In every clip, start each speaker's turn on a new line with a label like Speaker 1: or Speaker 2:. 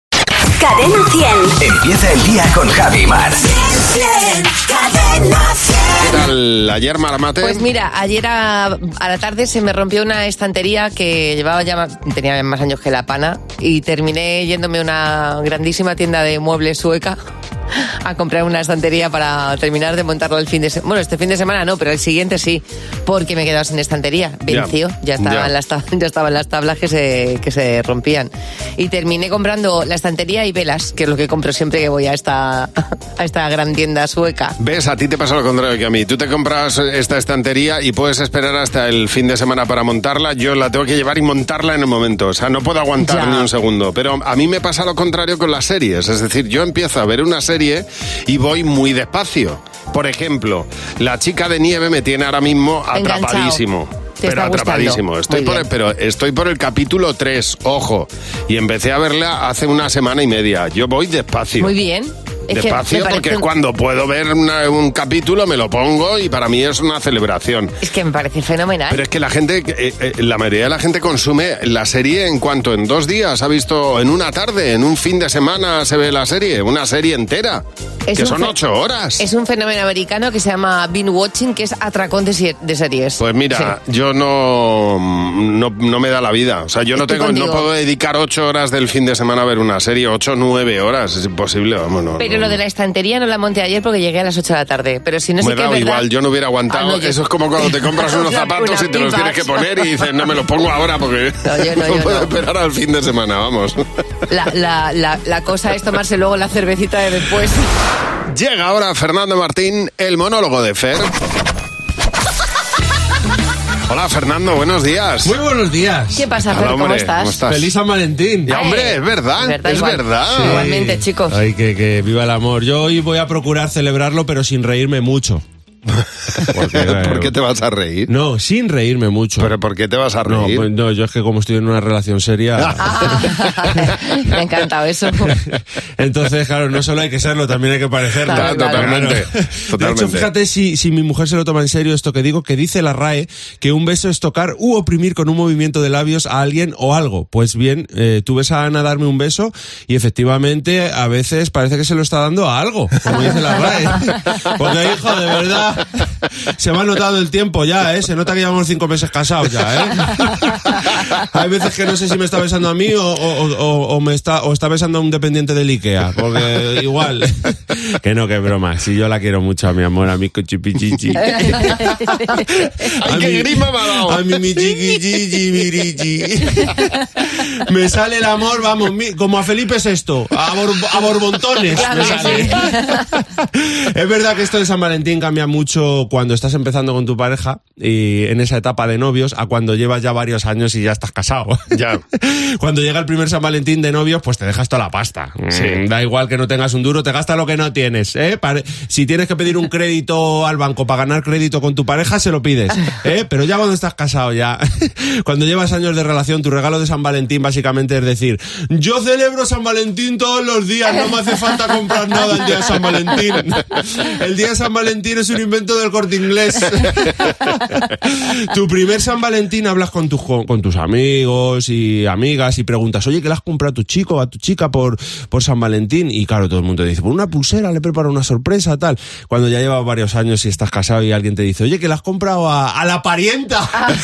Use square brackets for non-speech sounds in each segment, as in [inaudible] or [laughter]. Speaker 1: [laughs]
Speaker 2: Cadena 100.
Speaker 1: Empieza el día con Javi Mar.
Speaker 2: Cadena 100.
Speaker 3: ¿Qué tal ayer, Maramate?
Speaker 4: Pues mira, ayer a, a la tarde se me rompió una estantería que llevaba ya más- tenía más años que la pana y terminé yéndome a una grandísima tienda de muebles sueca a comprar una estantería para terminar de montarla el fin de semana. Bueno, este fin de semana no, pero el siguiente sí, porque me he quedado sin estantería.
Speaker 3: Ya,
Speaker 4: Venció, ya, estaba
Speaker 3: ya.
Speaker 4: en las tab- ya estaban las tablas que se, que se rompían. Y terminé comprando la estantería y velas, que es lo que compro siempre que voy a esta, [laughs] a esta gran tienda sueca.
Speaker 3: Ves, a ti te pasa lo contrario que a mí. Tú te compras esta estantería y puedes esperar hasta el fin de semana para montarla. Yo la tengo que llevar y montarla en el momento. O sea, no puedo aguantar
Speaker 4: Ya.
Speaker 3: ni un segundo. Pero a mí me pasa lo contrario con las series. Es decir, yo empiezo a ver una serie y voy muy despacio. Por ejemplo, La chica de nieve me tiene ahora mismo
Speaker 4: Enganchado.
Speaker 3: atrapadísimo.
Speaker 4: Te
Speaker 3: Pero
Speaker 4: está gustando.
Speaker 3: atrapadísimo. Estoy
Speaker 4: Muy
Speaker 3: por
Speaker 4: bien.
Speaker 3: el- pero estoy por el capítulo 3, ojo. Y empecé a verla hace una semana y media. Yo voy despacio.
Speaker 4: Muy bien. Es que
Speaker 3: Despacio,
Speaker 4: me parece
Speaker 3: porque
Speaker 4: un-
Speaker 3: cuando puedo ver una- un capítulo me lo pongo y para mí es una celebración.
Speaker 4: Es que me parece fenomenal.
Speaker 3: Pero es que la gente, eh, eh, la mayoría de la gente consume la serie en cuanto en dos días ha visto, en una tarde, en un fin de semana se ve la serie, una serie entera,
Speaker 4: Es
Speaker 3: que
Speaker 4: un
Speaker 3: son
Speaker 4: fe-
Speaker 3: ocho horas.
Speaker 4: Es un fenómeno americano que se llama binge watching, que es atracón de, sie- de series.
Speaker 3: Pues mira, yo no, no, no me da la vida. O sea, yo no
Speaker 4: Estoy
Speaker 3: tengo, no
Speaker 4: contigo.
Speaker 3: puedo dedicar ocho horas del fin de semana a ver una serie, ocho, nueve horas, es imposible, vamos, no,
Speaker 4: Pero
Speaker 3: no.
Speaker 4: lo de la estantería no la monté ayer porque llegué a las 8 de la tarde. Pero si no
Speaker 3: me
Speaker 4: sé qué
Speaker 3: da
Speaker 4: verdad-
Speaker 3: igual, yo no hubiera aguantado.
Speaker 4: Ah, no, yo-
Speaker 3: Eso es como cuando te
Speaker 4: [laughs]
Speaker 3: compras unos
Speaker 4: Una-
Speaker 3: zapatos
Speaker 4: una
Speaker 3: y te los
Speaker 4: pipa.
Speaker 3: tienes que poner y dices, no me los pongo ahora porque
Speaker 4: No, yo
Speaker 3: [laughs]
Speaker 4: no, yo
Speaker 3: puedo
Speaker 4: no.
Speaker 3: esperar al fin de semana,
Speaker 4: [laughs]
Speaker 3: vamos.
Speaker 4: La, la- la- la cosa es tomarse luego la cervecita de
Speaker 3: [laughs]
Speaker 4: después.
Speaker 3: Llega ahora Fernando Martín, el monólogo de Fer. Hola Fernando, buenos días.
Speaker 5: Muy buenos días.
Speaker 4: ¿Qué pasa,
Speaker 3: Hola,
Speaker 4: Fer? ¿Cómo
Speaker 3: hombre,
Speaker 4: estás? Ah, eh,
Speaker 3: ¿cómo estás?
Speaker 5: Feliz San Valentín.
Speaker 3: Ya, hombre, es verdad, es
Speaker 4: igual.
Speaker 3: verdad. Sí.
Speaker 4: Igualmente, chicos.
Speaker 5: Ay, que, que viva el amor. Yo hoy voy a procurar celebrarlo, pero sin reírme mucho. Porque,
Speaker 3: ¿Por qué te vas a reír?
Speaker 5: No, sin reírme mucho.
Speaker 3: ¿Pero por qué te vas a
Speaker 5: no,
Speaker 3: reír?
Speaker 5: pues no, yo es que como estoy en una relación seria.
Speaker 3: [laughs]
Speaker 4: Ah, me ha encantado eso.
Speaker 5: Entonces, claro, no solo hay que serlo, también hay que parecerlo.
Speaker 4: Claro, Claro,
Speaker 3: totalmente,
Speaker 5: Claro.
Speaker 3: totalmente.
Speaker 5: De hecho, fíjate si, si mi mujer se lo toma en serio esto que digo, que dice la RAE que un beso es tocar u oprimir con un movimiento de labios a alguien o algo. Pues bien, eh, tú ves a Ana darme un beso y efectivamente a veces parece que se lo está dando a algo,
Speaker 3: [laughs]
Speaker 5: como dice la RAE. Porque, hijo, de verdad, se me ha notado el tiempo ya, ¿eh? Se nota que llevamos cinco meses casados
Speaker 3: [laughs]
Speaker 5: ya, ¿eh? Hay veces que no sé si me está besando a mí o, o- o- o me está, o está besando a un dependiente del IKEA. Porque igual. Que no, que broma. Si yo la quiero mucho a mi amor, a mi
Speaker 3: [laughs]
Speaker 5: cochipichichi.
Speaker 3: Ay,
Speaker 5: A
Speaker 3: qué
Speaker 5: mi-
Speaker 3: grima me ha dado.
Speaker 5: A mi mi chiqui, chiqui,
Speaker 3: [laughs]
Speaker 5: mirichi. Me sale el amor, vamos, mi- como a Felipe VI, a, bor- a borbontones
Speaker 4: Claro
Speaker 5: me
Speaker 4: que
Speaker 5: sale.
Speaker 4: sí.
Speaker 5: Es verdad que esto de San Valentín cambia mucho cuando estás empezando con tu pareja y en esa etapa de novios a cuando llevas ya varios años y ya estás casado.
Speaker 3: Ya.
Speaker 5: [laughs] Cuando llega el primer San Valentín de novios, pues te dejas toda la pasta. Mm, Da igual que no tengas un duro, te gastas lo que no tienes. ¿eh? Pare- Si tienes que pedir un crédito al banco para ganar crédito con tu pareja, se lo pides. ¿eh? Pero ya cuando estás casado, ya. [laughs] Cuando llevas años de relación, tu regalo de San Valentín básicamente es decir, yo celebro San Valentín todos los días, no me hace falta comprar nada el día de San Valentín. El día de San Valentín es un invento del corte inglés. Tu primer San Valentín hablas con tus jo- con tus amigos y amigas y preguntas, oye, ¿qué le has comprado a tu chico o a tu chica por, por San Valentín? Y claro, todo el mundo dice, por una pulsera, le preparo una sorpresa, tal. Cuando ya llevas varios años y estás casado y alguien te dice, oye, ¿qué le has comprado a, a la parienta? [laughs]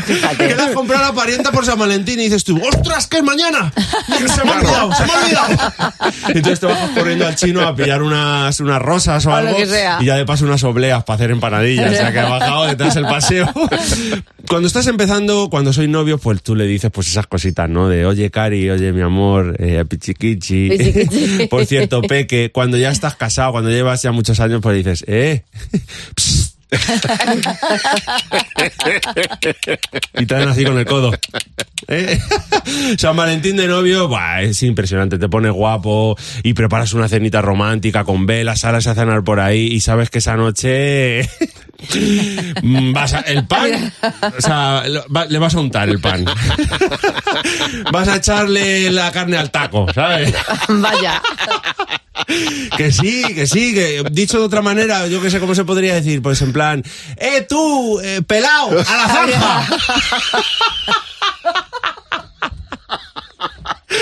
Speaker 4: Fíjate.
Speaker 5: ¿Qué le has comprado a la parienta por San Valentín? Y dices tú, ¡ostras, que
Speaker 3: [laughs]
Speaker 5: es mañana! ¡Se me ha olvidado, se me ha olvidado! Entonces te vas corriendo al chino a pillar unas, unas rosas o,
Speaker 4: O lo
Speaker 5: algo
Speaker 4: que sea.
Speaker 5: y ya de paso unas obleas para hacer empanadillas, o sea que ha bajado detrás
Speaker 4: [laughs]
Speaker 5: el paseo. Cuando estás empezando, cuando sois novios, pues tú le dices pues esas cositas, ¿no? De oye, Cari, oye, mi amor, eh, pichiquichi.
Speaker 4: Pichiquichi.
Speaker 5: [laughs] Por cierto, Peque, cuando ya estás casado, cuando llevas ya muchos años, pues dices, eh, [laughs] psst. y te dan así con el codo. ¿Eh? [laughs] San Valentín de novio, buah, es impresionante, te pones guapo y preparas una cenita romántica con velas, sales a cenar por ahí y sabes que esa noche mm, vas a- el pan, o sea, lo- va- le vas a untar el pan. [laughs] Vas a echarle la carne al taco, ¿sabes?
Speaker 4: Vaya.
Speaker 5: Que sí, que sí, que dicho de otra manera, yo que sé cómo se podría decir, pues en plan, ¡eh tú, eh, pelao, a la zanja!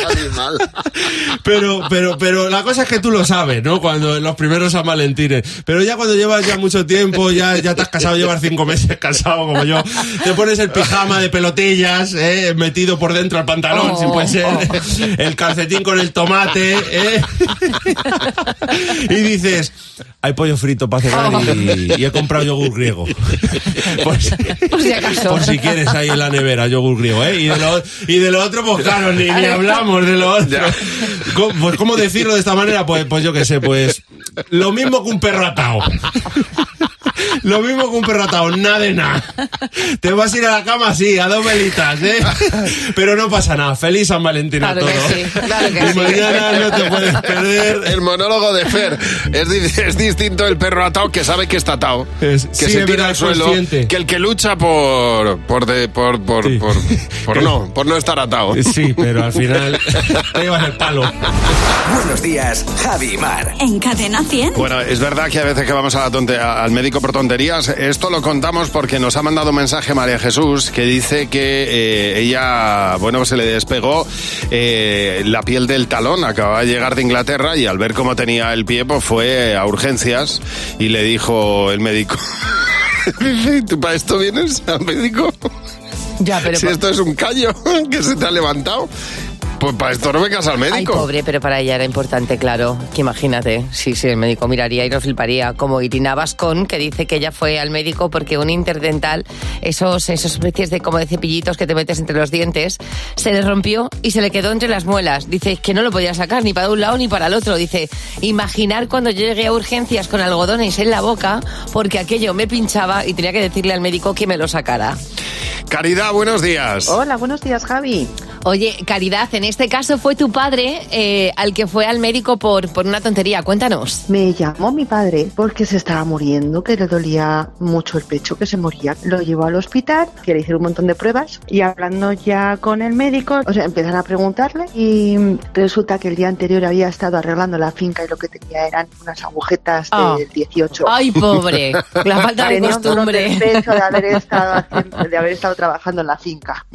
Speaker 6: animal.
Speaker 5: Pero, pero, pero la cosa es que tú lo sabes, ¿no? Cuando en los primeros San Valentines. Pero ya cuando llevas ya mucho tiempo, ya, ya te has casado, llevas cinco meses casado como yo, te pones el pijama de pelotillas, ¿eh? metido por dentro al pantalón,
Speaker 4: Oh,
Speaker 5: si puede ser,
Speaker 4: oh.
Speaker 5: el calcetín con el tomate, ¿eh? y dices, hay pollo frito para cenar y, y he comprado yogur griego. Por si,
Speaker 4: Por si acaso.
Speaker 5: por si quieres ahí en la nevera, yogur griego, ¿eh? Y de lo, y de lo otro, pues claro, ni, ni hablamos de lo otro. ¿Cómo, pues, ¿cómo decirlo de esta manera? Pues, pues yo qué sé, pues lo mismo que un perro atado. Lo mismo que un perro atado, nada de nada. Te vas a ir a la cama así, a dos velitas, ¿eh? Pero no pasa nada. Feliz San Valentín a
Speaker 4: Claro
Speaker 5: todos.
Speaker 4: que sí, claro que
Speaker 5: Y
Speaker 4: sí.
Speaker 5: mañana no te puedes perder
Speaker 3: El monólogo de Fer es, di- [laughs] es distinto el perro atado que sabe que está atado, que
Speaker 5: Es- sí,
Speaker 3: se
Speaker 5: es
Speaker 3: tira
Speaker 5: verdad,
Speaker 3: al suelo,
Speaker 5: consciente.
Speaker 3: que el que lucha por por de- por por,
Speaker 5: Sí.
Speaker 3: por,
Speaker 5: [laughs]
Speaker 3: por no por no estar atado.
Speaker 5: Sí, pero
Speaker 3: [laughs]
Speaker 5: al final te llevas el palo.
Speaker 7: Buenos días, Javi y Mar.
Speaker 8: En Cadena 100.
Speaker 3: Bueno, es verdad que a veces que vamos a la tonte- a- al médico por tonterías, esto lo contamos porque nos ha mandado un mensaje María Jesús que dice que eh, ella, bueno, se le despegó eh, la piel del talón, acababa de llegar de Inglaterra y al ver cómo tenía el pie, pues fue a urgencias y le dijo el médico. [laughs] Dice, ¿Tú para esto vienes al médico?
Speaker 4: Ya, pero.
Speaker 3: si
Speaker 4: pa-
Speaker 3: esto es un callo [laughs] que se te ha levantado, pues para esto no vengas al
Speaker 4: Ay,
Speaker 3: médico.
Speaker 4: pobre, pero para ella era importante, claro. Que imagínate, sí, sí, el médico miraría y nos fliparía. Como Irina Vascón, que dice que ella fue al médico porque un interdental, esos, esos especies de como de cepillitos que te metes entre los dientes, se le rompió y se le quedó entre las muelas. Dice que no lo podía sacar ni para un lado ni para el otro. Dice, imaginar cuando yo llegué a urgencias con algodones en la boca porque aquello me pinchaba y tenía que decirle al médico que me lo sacara.
Speaker 3: Caridad, buenos días.
Speaker 2: Hola, buenos días, Javi.
Speaker 4: Oye, Caridad, en este caso fue tu padre eh, al que fue al médico por, por una tontería. Cuéntanos.
Speaker 2: [laughs] Me llamó mi padre porque se estaba muriendo, que le dolía mucho el pecho, que se moría. Lo llevó al hospital, que le hicieron un montón de pruebas y hablando ya con el médico, o sea, empiezan a preguntarle y resulta que el día anterior había estado arreglando la finca y lo que tenía eran unas agujetas
Speaker 4: Ah.
Speaker 2: del 18.
Speaker 4: Ay, pobre. La falta de
Speaker 2: Este, [laughs] Tenía un dolor
Speaker 4: costumbre.
Speaker 2: del pecho
Speaker 4: [laughs]
Speaker 2: de haber estado haciendo- de haber estado trabajando en la finca.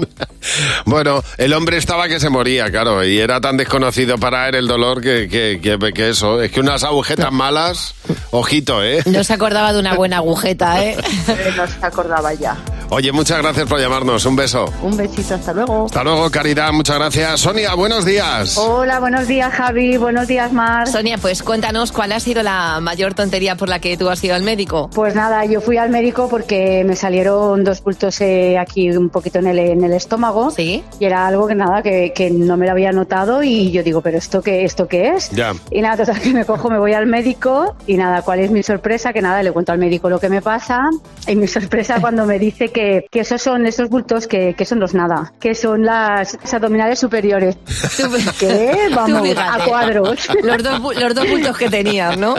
Speaker 3: Bueno, el hombre estaba que se moría, claro, y era tan desconocido para él el dolor que, que, que- que eso. Es que unas agujetas malas, ojito, ¿eh?
Speaker 4: No se acordaba de una buena agujeta, ¿eh?
Speaker 2: Eh, No se acordaba ya.
Speaker 3: Oye, muchas gracias por llamarnos, un beso.
Speaker 2: Un besito, hasta luego.
Speaker 3: Hasta luego, Caridad, muchas gracias. Sonia, buenos días.
Speaker 9: Hola, buenos días Javi, buenos días Mar.
Speaker 4: Sonia, pues cuéntanos cuál ha sido la mayor tontería por la que tú has ido al médico.
Speaker 9: Pues nada, yo fui al médico porque me salieron dos bultos eh, aquí un poquito en el, en el estómago.
Speaker 4: Sí.
Speaker 9: Y era algo que nada, que, que no me lo había notado y yo digo, pero ¿esto qué, esto qué es?
Speaker 3: Ya.
Speaker 9: Y nada, total [laughs] que me cojo, me voy al médico y nada, ¿cuál es mi sorpresa? Que nada, le cuento al médico lo que me pasa y mi [laughs] sorpresa cuando me dice que, que esos son esos bultos que, que son los nada, que son las las abdominales superiores.
Speaker 4: [laughs] Tú-
Speaker 9: ¿Qué?
Speaker 4: tú
Speaker 9: Vamos,
Speaker 4: fíjate. [laughs]
Speaker 9: a cuadros.
Speaker 4: Los dos, pu- los dos puntos que tenías, ¿no?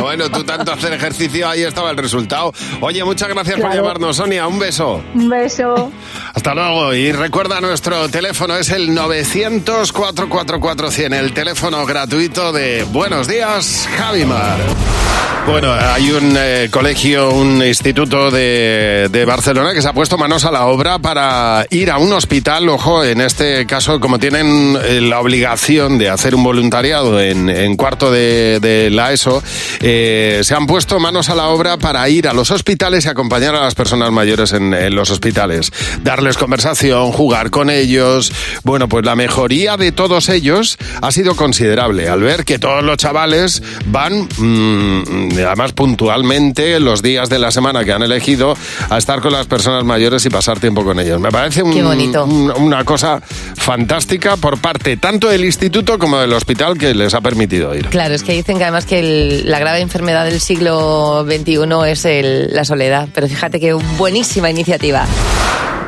Speaker 3: Bueno, tú tanto hacer ejercicio, ahí estaba el resultado. Oye, muchas gracias por
Speaker 9: Claro.
Speaker 3: llamarnos, Sonia, un beso.
Speaker 9: Un beso.
Speaker 3: Hasta luego. Y recuerda, nuestro teléfono es el 900-444-100, el teléfono gratuito de Buenos Días, Javimar. Bueno, hay un eh, colegio, un instituto de, de Barcelona que se ha puesto manos a la obra para ir a un hospital. Ojo, en este caso, como tienen eh, la obligación de hacer un voluntariado en, en cuarto de, de la ESO, eh, se han puesto manos a la obra para ir a los hospitales y acompañar a las personas mayores en, en los hospitales. Darles conversación, jugar con ellos. Bueno, pues la mejoría de todos ellos ha sido considerable al ver que todos los chavales van, mm, además puntualmente, los días de la semana que han elegido a estar con las personas mayores y pasar tiempo con ellos. Me parece un-
Speaker 4: Qué bonito.
Speaker 3: un- una cosa fantástica por parte tanto del instituto como del hospital que les ha permitido ir.
Speaker 4: Claro, es que dicen que además que el- la grave enfermedad del siglo XXI es el- la soledad. Pero fíjate que buenísima iniciativa.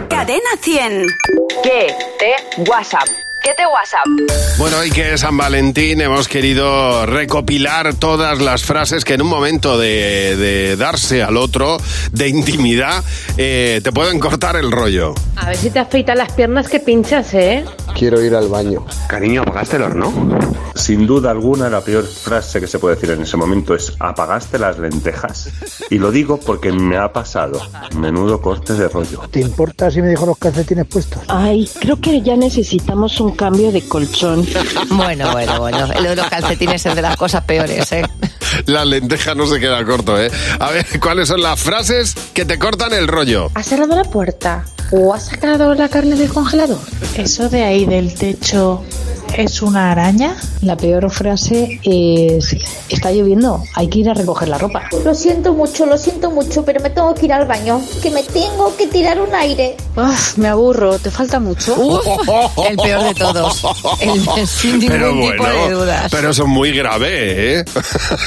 Speaker 8: Cadena 100.
Speaker 10: ¿Qué te WhatsApp? ¿Qué te WhatsApp?
Speaker 3: Bueno, hoy que es San Valentín, hemos querido recopilar todas las frases que en un momento de, de darse al otro, de intimidad, eh, te pueden cortar el rollo.
Speaker 11: A ver si te afeitan las piernas que pinchas, ¿eh?
Speaker 12: Quiero ir al baño.
Speaker 7: Cariño, apagaste el horno.
Speaker 13: Sin duda alguna, la peor frase que se puede decir en ese momento es apagaste las lentejas. Y lo digo porque me ha pasado. Menudo corte de rollo.
Speaker 12: ¿Te importa si me dejo los calcetines puestos?
Speaker 11: Ay, creo que ya necesitamos un
Speaker 2: un cambio de colchón.
Speaker 4: [laughs] Bueno, bueno, bueno. Lo de los calcetines es de las cosas peores, ¿eh?
Speaker 3: La lenteja no se queda corto, ¿eh? A ver, ¿cuáles son las frases que te cortan el rollo?
Speaker 14: ¿Has cerrado la puerta? ¿O has sacado la carne del congelador?
Speaker 15: ¿Eso de ahí del techo es una araña?
Speaker 16: La peor frase es, está lloviendo, hay que ir a recoger la ropa.
Speaker 17: Lo siento mucho, lo siento mucho, pero me tengo que ir al baño, que me tengo que tirar un aire.
Speaker 18: Uf, me aburro, te falta mucho.
Speaker 4: Uf, el peor de todos.
Speaker 10: [laughs]
Speaker 4: El, sin ningún
Speaker 3: Pero
Speaker 4: tipo
Speaker 3: bueno,
Speaker 4: de dudas.
Speaker 3: Pero son muy graves, ¿eh?